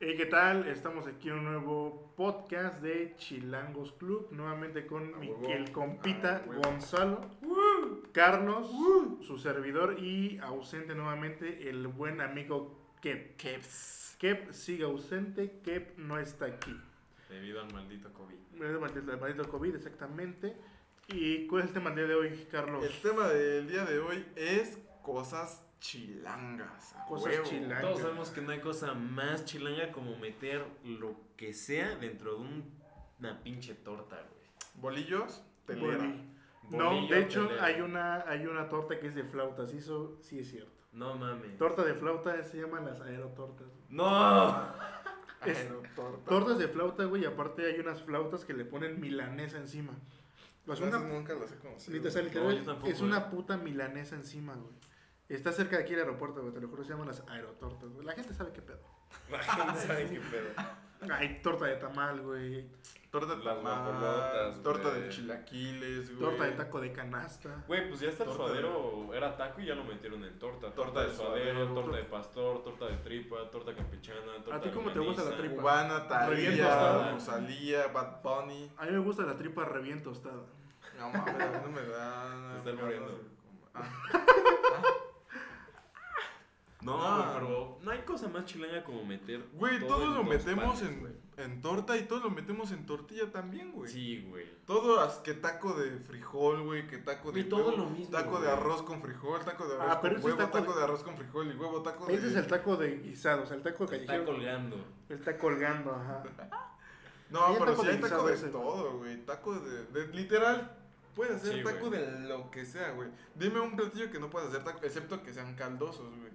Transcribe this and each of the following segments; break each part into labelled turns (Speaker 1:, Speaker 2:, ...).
Speaker 1: Hey, ¿qué tal? Estamos aquí en un nuevo podcast de Chilangos Club, nuevamente con
Speaker 2: A
Speaker 1: mi,
Speaker 2: huevo.
Speaker 1: el compita
Speaker 2: A huevo.
Speaker 1: Gonzalo, Carlos, su servidor y ausente nuevamente el buen amigo Kep. Keps. Kep sigue ausente, Kep no está aquí.
Speaker 2: Debido al maldito COVID.
Speaker 1: El maldito el maldito COVID, exactamente. ¿Y cuál es el tema del día de hoy, Carlos?
Speaker 2: El tema del día de hoy es cosas chilangas. a
Speaker 1: Cosas
Speaker 2: huevo.
Speaker 1: chilangas.
Speaker 3: Todos sabemos que no hay cosa más chilanga como meter lo que sea dentro de un- una pinche torta, güey.
Speaker 2: Bolillos, telera.
Speaker 1: Bueno, No,
Speaker 3: Bolillo,
Speaker 1: de hecho
Speaker 3: telera.
Speaker 1: hay una, hay una torta que es de flautas, y eso sí es cierto.
Speaker 3: No mames.
Speaker 1: Torta de flauta se llaman las aerotortas.
Speaker 3: ¡No!
Speaker 1: Es-
Speaker 2: Ay, no, torta.
Speaker 1: Tortas de flauta, güey, y aparte hay unas flautas que le ponen milanesa encima. O
Speaker 2: Las
Speaker 1: sea, una-
Speaker 2: nunca las he conocido.
Speaker 1: neta, o sea,
Speaker 3: No,
Speaker 1: literal,
Speaker 3: yo tampoco,
Speaker 1: es una
Speaker 3: güey.
Speaker 1: puta milanesa encima, güey. Está cerca de aquí el aeropuerto, güey, te lo juro, se llaman las aerotortas, güey. La gente sabe qué pedo.
Speaker 2: La gente sabe qué pedo.
Speaker 1: Hay torta de tamal, güey.
Speaker 2: Torta de
Speaker 4: Las
Speaker 2: tamal,
Speaker 4: guajolotas,
Speaker 2: torta
Speaker 4: güey.
Speaker 2: de chilaquiles, güey.
Speaker 1: Torta de taco de canasta.
Speaker 4: Güey, pues ya está el
Speaker 2: Torta
Speaker 4: suadero, era taco y ya lo metieron en torta. Torta,
Speaker 2: Torta
Speaker 4: de
Speaker 2: de
Speaker 4: suadero,
Speaker 2: suadero,
Speaker 4: torta de
Speaker 1: torta-
Speaker 4: pastor, torta de tripa, torta campechana, torta
Speaker 1: ti cómo te gusta la
Speaker 4: libanesa.
Speaker 1: tripa?
Speaker 2: Cubana,
Speaker 1: Recién tostada.
Speaker 2: Talía, Rosalía, Bad Bunny.
Speaker 1: A mí me gusta la tripa revién tostada.
Speaker 2: No mames, a mí no me da.
Speaker 4: Te estás
Speaker 2: ganas
Speaker 4: muriendo.
Speaker 2: de comer. Ah,
Speaker 3: No,
Speaker 2: No.
Speaker 3: güey, pero no hay cosa más chilanga como meter.
Speaker 2: Güey,
Speaker 3: todo
Speaker 2: todos
Speaker 3: en
Speaker 2: lo
Speaker 3: dos
Speaker 2: metemos
Speaker 3: panes, güey.
Speaker 2: en, en torta y todos lo metemos en tortilla también, güey.
Speaker 4: Sí, güey.
Speaker 2: Todo as- que taco de frijol, güey, que taco de
Speaker 3: Y todo
Speaker 2: huevo,
Speaker 3: lo mismo,
Speaker 2: taco de
Speaker 3: güey.
Speaker 2: arroz con frijol, taco de arroz
Speaker 1: Ah, pero
Speaker 2: con
Speaker 1: ese es
Speaker 2: huevo,
Speaker 1: taco
Speaker 2: taco de... arroz con frijol y huevo, taco de
Speaker 1: Ese es el taco de guisado, o sea, el taco
Speaker 3: Está
Speaker 1: callejero.
Speaker 3: colgando.
Speaker 1: Está colgando, ajá.
Speaker 2: No,
Speaker 1: Hay el
Speaker 2: pero
Speaker 1: taco
Speaker 2: sí
Speaker 1: de
Speaker 2: hay taco
Speaker 1: guisado
Speaker 2: de
Speaker 1: ese, güey.
Speaker 2: todo, güey, taco de, de- literal puedes hacer
Speaker 4: Sí,
Speaker 2: taco
Speaker 4: güey.
Speaker 2: de lo que sea, güey. Dime un platillo que no puedas hacer taco, excepto que sean caldosos, güey.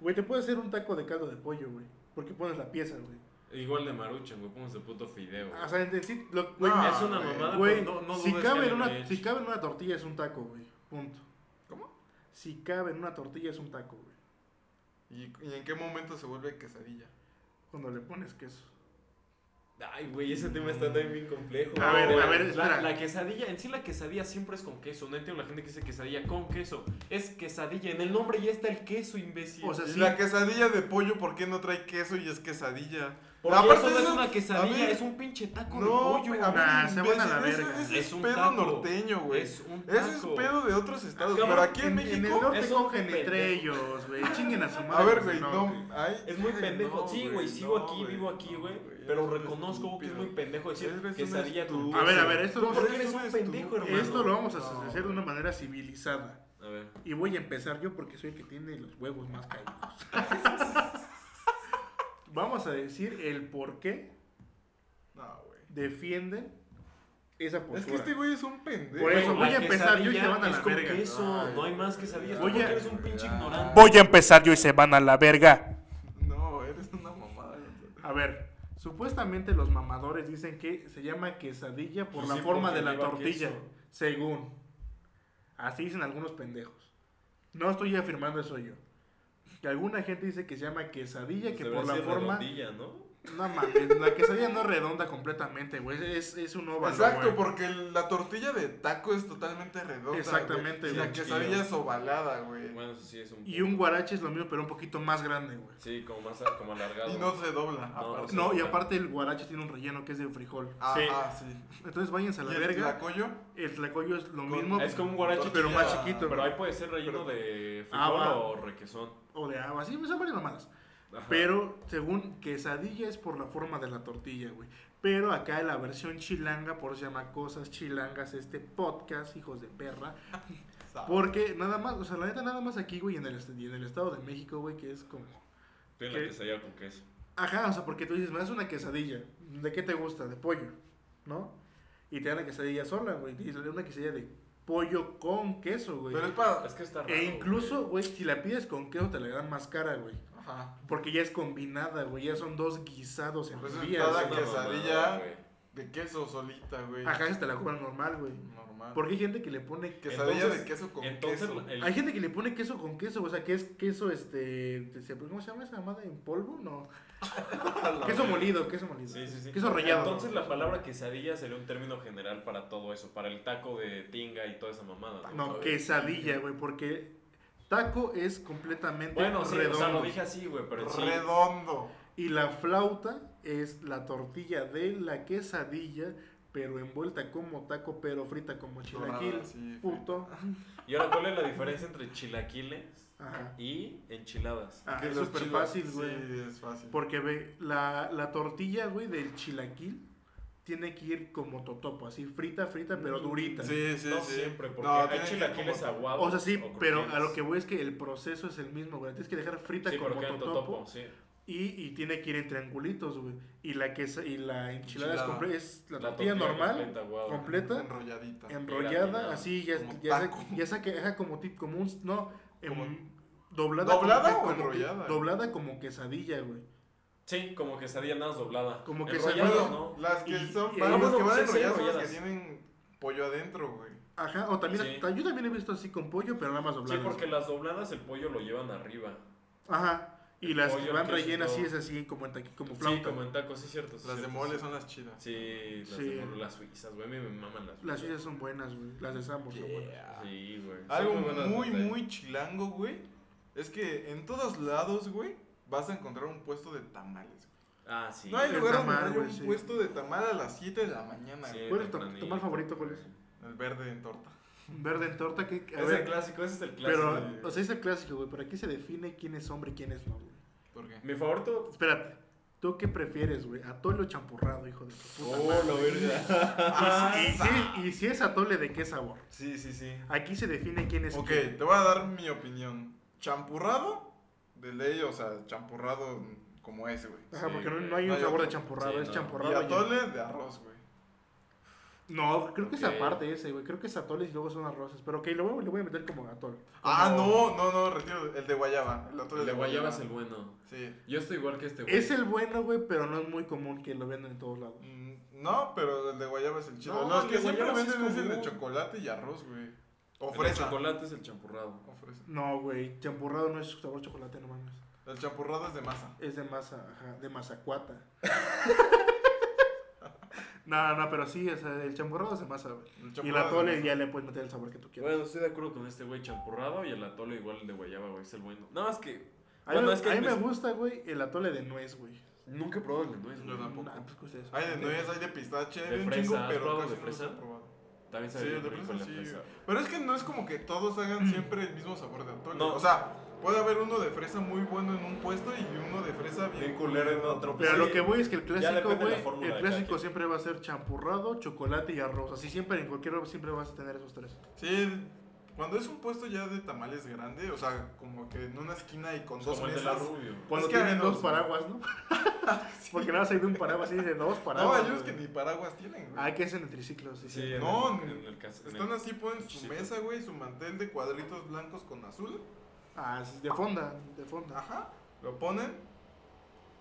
Speaker 1: Güey, te puede hacer un taco de caldo de pollo, güey. Porque pones la pieza, güey. Ah,
Speaker 4: Igual de maruchan, güey, pónganse puto fideo. güey.
Speaker 1: O sea, en decir, lo- güey,
Speaker 2: Ah,
Speaker 3: es una
Speaker 2: güey.
Speaker 3: mamada,
Speaker 1: Güey,
Speaker 3: pero no, no
Speaker 1: si,
Speaker 3: dudes que
Speaker 1: cabe en
Speaker 3: alguien lo
Speaker 1: una,
Speaker 3: haya
Speaker 1: si
Speaker 3: hecho.
Speaker 1: cabe en una tortilla es un taco, güey. Punto.
Speaker 2: ¿Cómo?
Speaker 1: Si cabe en una tortilla es un taco, güey.
Speaker 2: ¿Y, y en qué momento se vuelve quesadilla?
Speaker 1: Cuando le pones queso.
Speaker 3: Ay, güey, ese tema está también bien complejo.
Speaker 1: A
Speaker 3: güey.
Speaker 1: ver, a
Speaker 3: La-
Speaker 1: ver,
Speaker 3: la-
Speaker 1: espera.
Speaker 3: La, quesadilla, en sí la quesadilla siempre es con queso. No entiendo la gente que dice quesadilla con queso. Es quesadilla, en el nombre ya está el queso, imbécil.
Speaker 1: O sea,
Speaker 2: Y
Speaker 1: sí.
Speaker 2: la quesadilla de pollo, ¿por qué no trae queso y es quesadilla?
Speaker 3: Porque
Speaker 2: Aparte
Speaker 3: eso no
Speaker 2: de
Speaker 3: es
Speaker 2: eso,
Speaker 3: una
Speaker 2: a
Speaker 3: quesadilla,
Speaker 2: ver,
Speaker 3: es un pinche taco
Speaker 2: No,
Speaker 3: de pollo.
Speaker 2: a ver,
Speaker 1: Nah, se van a la
Speaker 2: imbécil,
Speaker 1: verga.
Speaker 2: ese- ese es,
Speaker 3: Es un
Speaker 2: pedo
Speaker 3: taco.
Speaker 2: norteño, güey.
Speaker 3: Es un taco.
Speaker 2: Ese es pedo de otros estados,
Speaker 3: Cabrón,
Speaker 2: Ah, pero aquí
Speaker 1: En
Speaker 2: en,
Speaker 1: el
Speaker 2: México...
Speaker 1: norte
Speaker 3: es un
Speaker 1: cogen entre
Speaker 3: pendejo.
Speaker 1: ellos, güey. Chinguen a su madre.
Speaker 2: a ver,
Speaker 1: los del
Speaker 2: güey, no,
Speaker 1: norte.
Speaker 2: ay,
Speaker 3: Es muy
Speaker 2: ay,
Speaker 3: pendejo.
Speaker 2: no,
Speaker 3: sí, güey, sigo
Speaker 2: no,
Speaker 3: aquí, vivo aquí,
Speaker 2: no,
Speaker 3: güey.
Speaker 2: eres
Speaker 3: pero
Speaker 2: un
Speaker 3: reconozco que es
Speaker 2: estúpido.
Speaker 3: muy pendejo decir
Speaker 2: Eres un
Speaker 3: quesadilla con
Speaker 2: estúpido.
Speaker 3: queso.
Speaker 1: A ver, a ver, esto
Speaker 3: ¿Tú
Speaker 1: no-
Speaker 3: por
Speaker 2: eres
Speaker 3: qué
Speaker 2: un
Speaker 3: eres un
Speaker 2: estúpido.
Speaker 3: pendejo, hermano?
Speaker 1: Esto lo vamos a
Speaker 2: No,
Speaker 1: hacer de
Speaker 2: güey.
Speaker 1: una manera civilizada.
Speaker 4: A ver.
Speaker 1: Y voy a empezar yo porque soy el que tiene los huevos más caídos. vamos a decir el por qué
Speaker 2: No, güey.
Speaker 1: defienden esa postura.
Speaker 2: Es que este güey es un pendejo.
Speaker 1: Por eso, voy a
Speaker 3: La
Speaker 1: empezar yo y se
Speaker 3: quesadilla
Speaker 1: van a la
Speaker 3: es con
Speaker 1: verga.
Speaker 3: queso,
Speaker 2: Ay,
Speaker 3: no hay más quesadillas.
Speaker 1: Voy
Speaker 3: Voy
Speaker 1: a- Ah.
Speaker 3: a... eres un pinche ignorante.
Speaker 1: Voy a empezar yo y se van a la verga.
Speaker 2: No, eres una mamada.
Speaker 1: A ver, supuestamente los mamadores dicen que se llama quesadilla por
Speaker 4: Pues
Speaker 1: la
Speaker 4: sí,
Speaker 1: forma
Speaker 4: porque
Speaker 1: de la
Speaker 4: lleva
Speaker 1: tortilla,
Speaker 4: queso.
Speaker 1: según. Así dicen algunos pendejos. No estoy afirmando eso yo. Que alguna gente dice que se llama quesadilla, que
Speaker 4: Se ve
Speaker 1: por la
Speaker 4: así
Speaker 1: forma...
Speaker 4: redondilla, ¿no?
Speaker 1: No mames, la quesadilla no es redonda completamente, güey. Es, es un óvalo,
Speaker 2: Exacto,
Speaker 1: güey.
Speaker 2: porque la tortilla de taco es totalmente redonda. güey.
Speaker 1: Exactamente,
Speaker 2: Y
Speaker 1: güey.
Speaker 2: la quesadilla es ovalada, güey.
Speaker 4: Bueno, eso sí es un
Speaker 1: Y un guarache es lo mismo, pero un poquito más grande, güey.
Speaker 4: Sí, como más como alargado.
Speaker 2: Y no se dobla, aparte.
Speaker 1: No, y aparte el guarache tiene un relleno que es de frijol.
Speaker 2: Ah,
Speaker 4: Sí.
Speaker 2: ah, sí.
Speaker 1: Entonces váyanse a la
Speaker 2: ¿Y el
Speaker 1: verga.
Speaker 2: tlacoyo?
Speaker 1: El tlacoyo es lo mismo.
Speaker 4: Es como un guarache
Speaker 1: pero
Speaker 2: chiquito.
Speaker 1: más chiquito.
Speaker 4: Pero
Speaker 1: güey.
Speaker 4: ahí puede ser relleno de
Speaker 1: Ah,
Speaker 4: frijol
Speaker 1: va.
Speaker 4: o requesón.
Speaker 1: O de agua, sí, pues, son varias mamadas.
Speaker 4: Ajá.
Speaker 1: Pero según quesadilla es por la forma de la tortilla, güey. Pero acá en la versión chilanga, por eso se llama Cosas Chilangas, este podcast, hijos de perra. Porque nada más, o sea, la neta, nada más aquí, güey, en el, est- y en el Estado de México, güey, que es como.
Speaker 4: Tiene
Speaker 1: ¿qué?
Speaker 4: la quesadilla con queso.
Speaker 1: Ajá, o sea, porque tú dices, me das una quesadilla. ¿De qué te gusta? De pollo, ¿no? Y te dan la quesadilla sola, güey. Y te dan una quesadilla de pollo con queso, güey.
Speaker 2: Pero es para...
Speaker 4: Es que
Speaker 3: Eh,
Speaker 4: está raro.
Speaker 1: E incluso, güey, si la pides con queso, te la dan más cara, güey.
Speaker 2: Ajá.
Speaker 1: Porque ya es combinada, güey. Ya son dos guisados en
Speaker 2: Pues
Speaker 1: un
Speaker 2: es
Speaker 1: día.
Speaker 2: cada
Speaker 1: güey.
Speaker 4: güey.
Speaker 2: que-
Speaker 4: Es una
Speaker 2: quesadilla.
Speaker 4: mamada, güey.
Speaker 2: De queso solita, güey.
Speaker 1: Ajá, esa te la cobran normal, güey.
Speaker 2: Normal.
Speaker 1: Porque hay gente que le pone...
Speaker 2: Quesadilla
Speaker 4: Entonces-
Speaker 2: de queso con
Speaker 4: Entonces,
Speaker 2: queso.
Speaker 4: Ah. el-
Speaker 1: Hay gente que le pone queso con queso, o sea, que es queso, este... este, ¿Cómo se llama esa mamada? ¿En polvo? No. queso molido, queso molido.
Speaker 4: Sí, sí, sí.
Speaker 1: Queso rallado.
Speaker 4: Entonces la palabra quesadilla sería un término general para todo eso, para el taco de tinga y toda esa mamada. ¿no?
Speaker 1: No, quesadilla, güey, porque taco es completamente
Speaker 4: Bueno, sí,
Speaker 1: redondo.
Speaker 4: o sea, lo dije así, güey, pero en sí.
Speaker 2: Redondo.
Speaker 1: Y la flauta es la tortilla de la quesadilla, pero envuelta como taco, pero frita como
Speaker 2: Dorada,
Speaker 1: chilaquil.
Speaker 2: así,
Speaker 1: Puto.
Speaker 4: Y ahora, ¿cuál es la diferencia entre chilaquiles
Speaker 1: Ajá.
Speaker 4: y enchiladas?
Speaker 1: Ah,
Speaker 2: Que
Speaker 1: es
Speaker 2: los
Speaker 1: súper
Speaker 2: chilos-
Speaker 1: fácil, güey.
Speaker 2: Sí, es fácil.
Speaker 1: Porque ve, la, la tortilla, güey, del chilaquil tiene que ir como totopo, así frita, frita, pero durita.
Speaker 2: Sí, sí,
Speaker 4: no
Speaker 2: sí.
Speaker 4: siempre, porque
Speaker 2: No,
Speaker 4: hay
Speaker 2: tiene que ir
Speaker 4: chilaquiles
Speaker 2: como-
Speaker 4: aguados.
Speaker 1: O sea, sí, pero a lo
Speaker 4: crujientes.
Speaker 1: que voy es que el proceso es el mismo, güey. Tienes que dejar frita
Speaker 4: Sí,
Speaker 1: como
Speaker 4: porque en
Speaker 1: totopo,
Speaker 4: totopo, sí.
Speaker 1: Y, y tiene que ir en triangulitos, güey. Y la, quesa, y la enchilada es,
Speaker 2: Enchilada.
Speaker 1: comple- es la, tortilla, normal,
Speaker 4: completa, guau.
Speaker 1: completa,
Speaker 2: Enrolladita.
Speaker 1: enrollada,
Speaker 4: Gratinada.
Speaker 1: así, ya,
Speaker 2: Como
Speaker 1: ya,
Speaker 2: taco.
Speaker 1: se- ya se que- ajá, como tip, como un, no, em,
Speaker 2: Como-
Speaker 1: doblada.
Speaker 2: ¿Doblada
Speaker 1: como-
Speaker 2: o
Speaker 1: como que-
Speaker 2: enrollada?
Speaker 1: Doblada como quesadilla, güey.
Speaker 4: Sí, como quesadilla nada más doblada.
Speaker 1: Como que
Speaker 4: Enrollada,
Speaker 1: se-
Speaker 2: Bueno,
Speaker 4: ¿no?
Speaker 2: las que
Speaker 1: Y-
Speaker 2: son.
Speaker 1: y-
Speaker 2: para
Speaker 1: ah,
Speaker 2: los que
Speaker 4: bueno,
Speaker 2: van
Speaker 4: sí, sí,
Speaker 2: enrolladas son las que
Speaker 4: enrolladas.
Speaker 2: tienen pollo adentro, güey.
Speaker 1: Ajá, o también,
Speaker 4: Sí.
Speaker 1: yo también he visto así con pollo, pero nada más
Speaker 4: Sí,
Speaker 1: doblada.
Speaker 4: porque las dobladas el pollo lo llevan arriba.
Speaker 1: Ajá. Y
Speaker 4: El
Speaker 1: las
Speaker 4: pollo,
Speaker 1: que van
Speaker 4: el queso y
Speaker 1: rellenas sí
Speaker 4: todo.
Speaker 1: es así como en taqui- como flauta.
Speaker 4: Sí, como en tacos, sí, cierto. sí,
Speaker 2: Las de
Speaker 4: cierto,
Speaker 2: mole
Speaker 4: sí.
Speaker 2: son las chidas.
Speaker 4: Sí, las
Speaker 1: Sí.
Speaker 4: de mole, las suizas, güey. A mí me maman las suizas.
Speaker 1: Las suyas son buenas, güey. Las de Sambo son buenas.
Speaker 2: Yeah.
Speaker 4: Sí, güey. Son
Speaker 2: Algo
Speaker 4: buenas,
Speaker 2: muy,
Speaker 4: neta.
Speaker 2: muy chilango, güey. Es que en todos lados, güey, vas a encontrar un puesto de tamales. güey.
Speaker 4: Ah, sí.
Speaker 2: no hay
Speaker 1: el
Speaker 2: lugar
Speaker 1: tamal,
Speaker 2: donde haya
Speaker 1: güey,
Speaker 2: un
Speaker 1: sí.
Speaker 2: puesto de tamal a las 7 de la mañana,
Speaker 4: Sí,
Speaker 2: güey.
Speaker 1: ¿Cuál es tu-
Speaker 4: tempranito,
Speaker 1: tu mal favorito, cuál es?
Speaker 4: güey.
Speaker 2: El verde en torta.
Speaker 1: Verde en torta, que. A
Speaker 4: es el
Speaker 1: ver,
Speaker 4: clásico, ese es el clásico.
Speaker 1: pero,
Speaker 4: güey.
Speaker 1: o sea, es el clásico, güey. Pero aquí se define quién es hombre y quién es no, güey.
Speaker 2: ¿Por qué?
Speaker 4: Mi favorito.
Speaker 1: Espérate. ¿Tú qué prefieres, güey? Atole o champurrado, hijo de tu puta.
Speaker 4: Oh,
Speaker 1: madre.
Speaker 4: la verga. Ah,
Speaker 1: Y, si, y si es atole, ¿de qué sabor?
Speaker 4: Sí, sí, sí.
Speaker 1: Aquí se define quién es
Speaker 2: Ok,
Speaker 1: quién.
Speaker 2: te voy a dar mi opinión. Champurrado, de ley, o sea, champurrado como ese, güey.
Speaker 1: Ajá,
Speaker 4: Sí,
Speaker 1: porque no,
Speaker 4: güey.
Speaker 1: no hay
Speaker 2: No
Speaker 1: un
Speaker 2: hay
Speaker 1: sabor de
Speaker 2: otro.
Speaker 1: champurrado,
Speaker 4: Sí,
Speaker 1: es
Speaker 4: no.
Speaker 1: champurrado.
Speaker 2: Y
Speaker 1: y-
Speaker 2: atole de arroz, güey.
Speaker 1: No, creo que es
Speaker 4: Ok.
Speaker 1: aparte ese, güey. Creo que es atole y luego son arroces. Pero ok, lo voy, le voy a meter como atole.
Speaker 2: Ah, no, no, no, retiro. El de guayaba. El atole
Speaker 4: El de guayaba es el bueno.
Speaker 2: Sí.
Speaker 4: Yo estoy igual que este güey.
Speaker 1: Es el bueno, güey, pero no es muy común que lo vendan en todos lados.
Speaker 2: Mm, No, pero el de guayaba es el chido.
Speaker 4: No,
Speaker 2: Los
Speaker 4: el
Speaker 2: que
Speaker 4: de
Speaker 2: siempre
Speaker 4: guayaba sí es
Speaker 2: venden es el de
Speaker 4: común.
Speaker 2: chocolate y arroz, güey. O
Speaker 4: El de
Speaker 2: fresa.
Speaker 4: chocolate es el champurrado.
Speaker 2: O fresa.
Speaker 1: No, güey, champurrado no es sabor chocolate, no mames.
Speaker 2: El champurrado es de masa.
Speaker 1: Es de masa, ajá, de mazacuata. no, no, pero sí, o sea, el champurrado es de masa, güey. Y
Speaker 2: El
Speaker 1: la
Speaker 2: champurrado es
Speaker 1: tole
Speaker 2: de
Speaker 1: ya le puedes meter el sabor que tú quieras.
Speaker 4: Bueno, estoy de acuerdo con este güey champurrado y el atole igual el de guayaba, güey. Es el bueno. Nada más que
Speaker 1: a mí,
Speaker 4: bueno,
Speaker 1: me-
Speaker 4: es que
Speaker 1: a mí me
Speaker 4: es-
Speaker 1: gusta, güey, el atole de nuez, güey.
Speaker 4: nunca he probado el de nuez,
Speaker 2: Yo
Speaker 4: güey.
Speaker 2: tampoco.
Speaker 1: Nah, pues, ¿qué ustedes?
Speaker 2: masa. Hay de nuez, hay de pistache, hay
Speaker 4: De
Speaker 2: de un
Speaker 4: fresa,
Speaker 2: chingo,
Speaker 4: ¿has
Speaker 2: pero
Speaker 4: probado
Speaker 2: casi
Speaker 4: de
Speaker 2: no los he
Speaker 4: fresa?
Speaker 2: probado.
Speaker 4: También
Speaker 2: Sí,
Speaker 4: sabe
Speaker 2: el
Speaker 4: bien
Speaker 2: de
Speaker 4: rico
Speaker 2: fresa
Speaker 4: la
Speaker 2: sí.
Speaker 4: fresa.
Speaker 2: Pero es que no es como que todos
Speaker 4: Mm.
Speaker 2: hagan siempre el mismo sabor de atole.
Speaker 4: No.
Speaker 2: O sea, puede haber uno de fresa muy bueno en un puesto y uno de fresa bien,
Speaker 4: Bien culero en otro.
Speaker 1: Pero
Speaker 4: Sí.
Speaker 1: lo que voy es que el clásico,
Speaker 4: depende de la
Speaker 1: güey,
Speaker 4: fórmula
Speaker 1: el
Speaker 4: de
Speaker 1: clásico
Speaker 4: cada
Speaker 1: siempre va a ser champurrado, chocolate y arroz. Así siempre, en cualquier lugar, siempre vas a tener esos tres.
Speaker 2: Sí, cuando es un puesto ya de tamales grande, o sea, como que en una esquina y con dos
Speaker 4: Como el de la
Speaker 2: mesas.
Speaker 4: rubio.
Speaker 1: Cuando
Speaker 2: Es que
Speaker 1: tienen
Speaker 2: hay dos,
Speaker 1: dos paraguas, ¿no? Porque nada más hay de un paraguas y de dos
Speaker 2: no,
Speaker 1: paraguas.
Speaker 2: hay unos que
Speaker 1: güey.
Speaker 2: ni paraguas tienen, güey.
Speaker 1: Ah, que hacen en triciclos, sí, sí.
Speaker 4: en
Speaker 2: No,
Speaker 4: el- en el cas- en
Speaker 2: Están
Speaker 4: el-
Speaker 2: así, ponen su
Speaker 4: Sí.
Speaker 2: mesa, güey, su mantel de cuadritos blancos con azul.
Speaker 1: Ah, sí, de fonda, de fonda.
Speaker 2: Ajá. Lo ponen.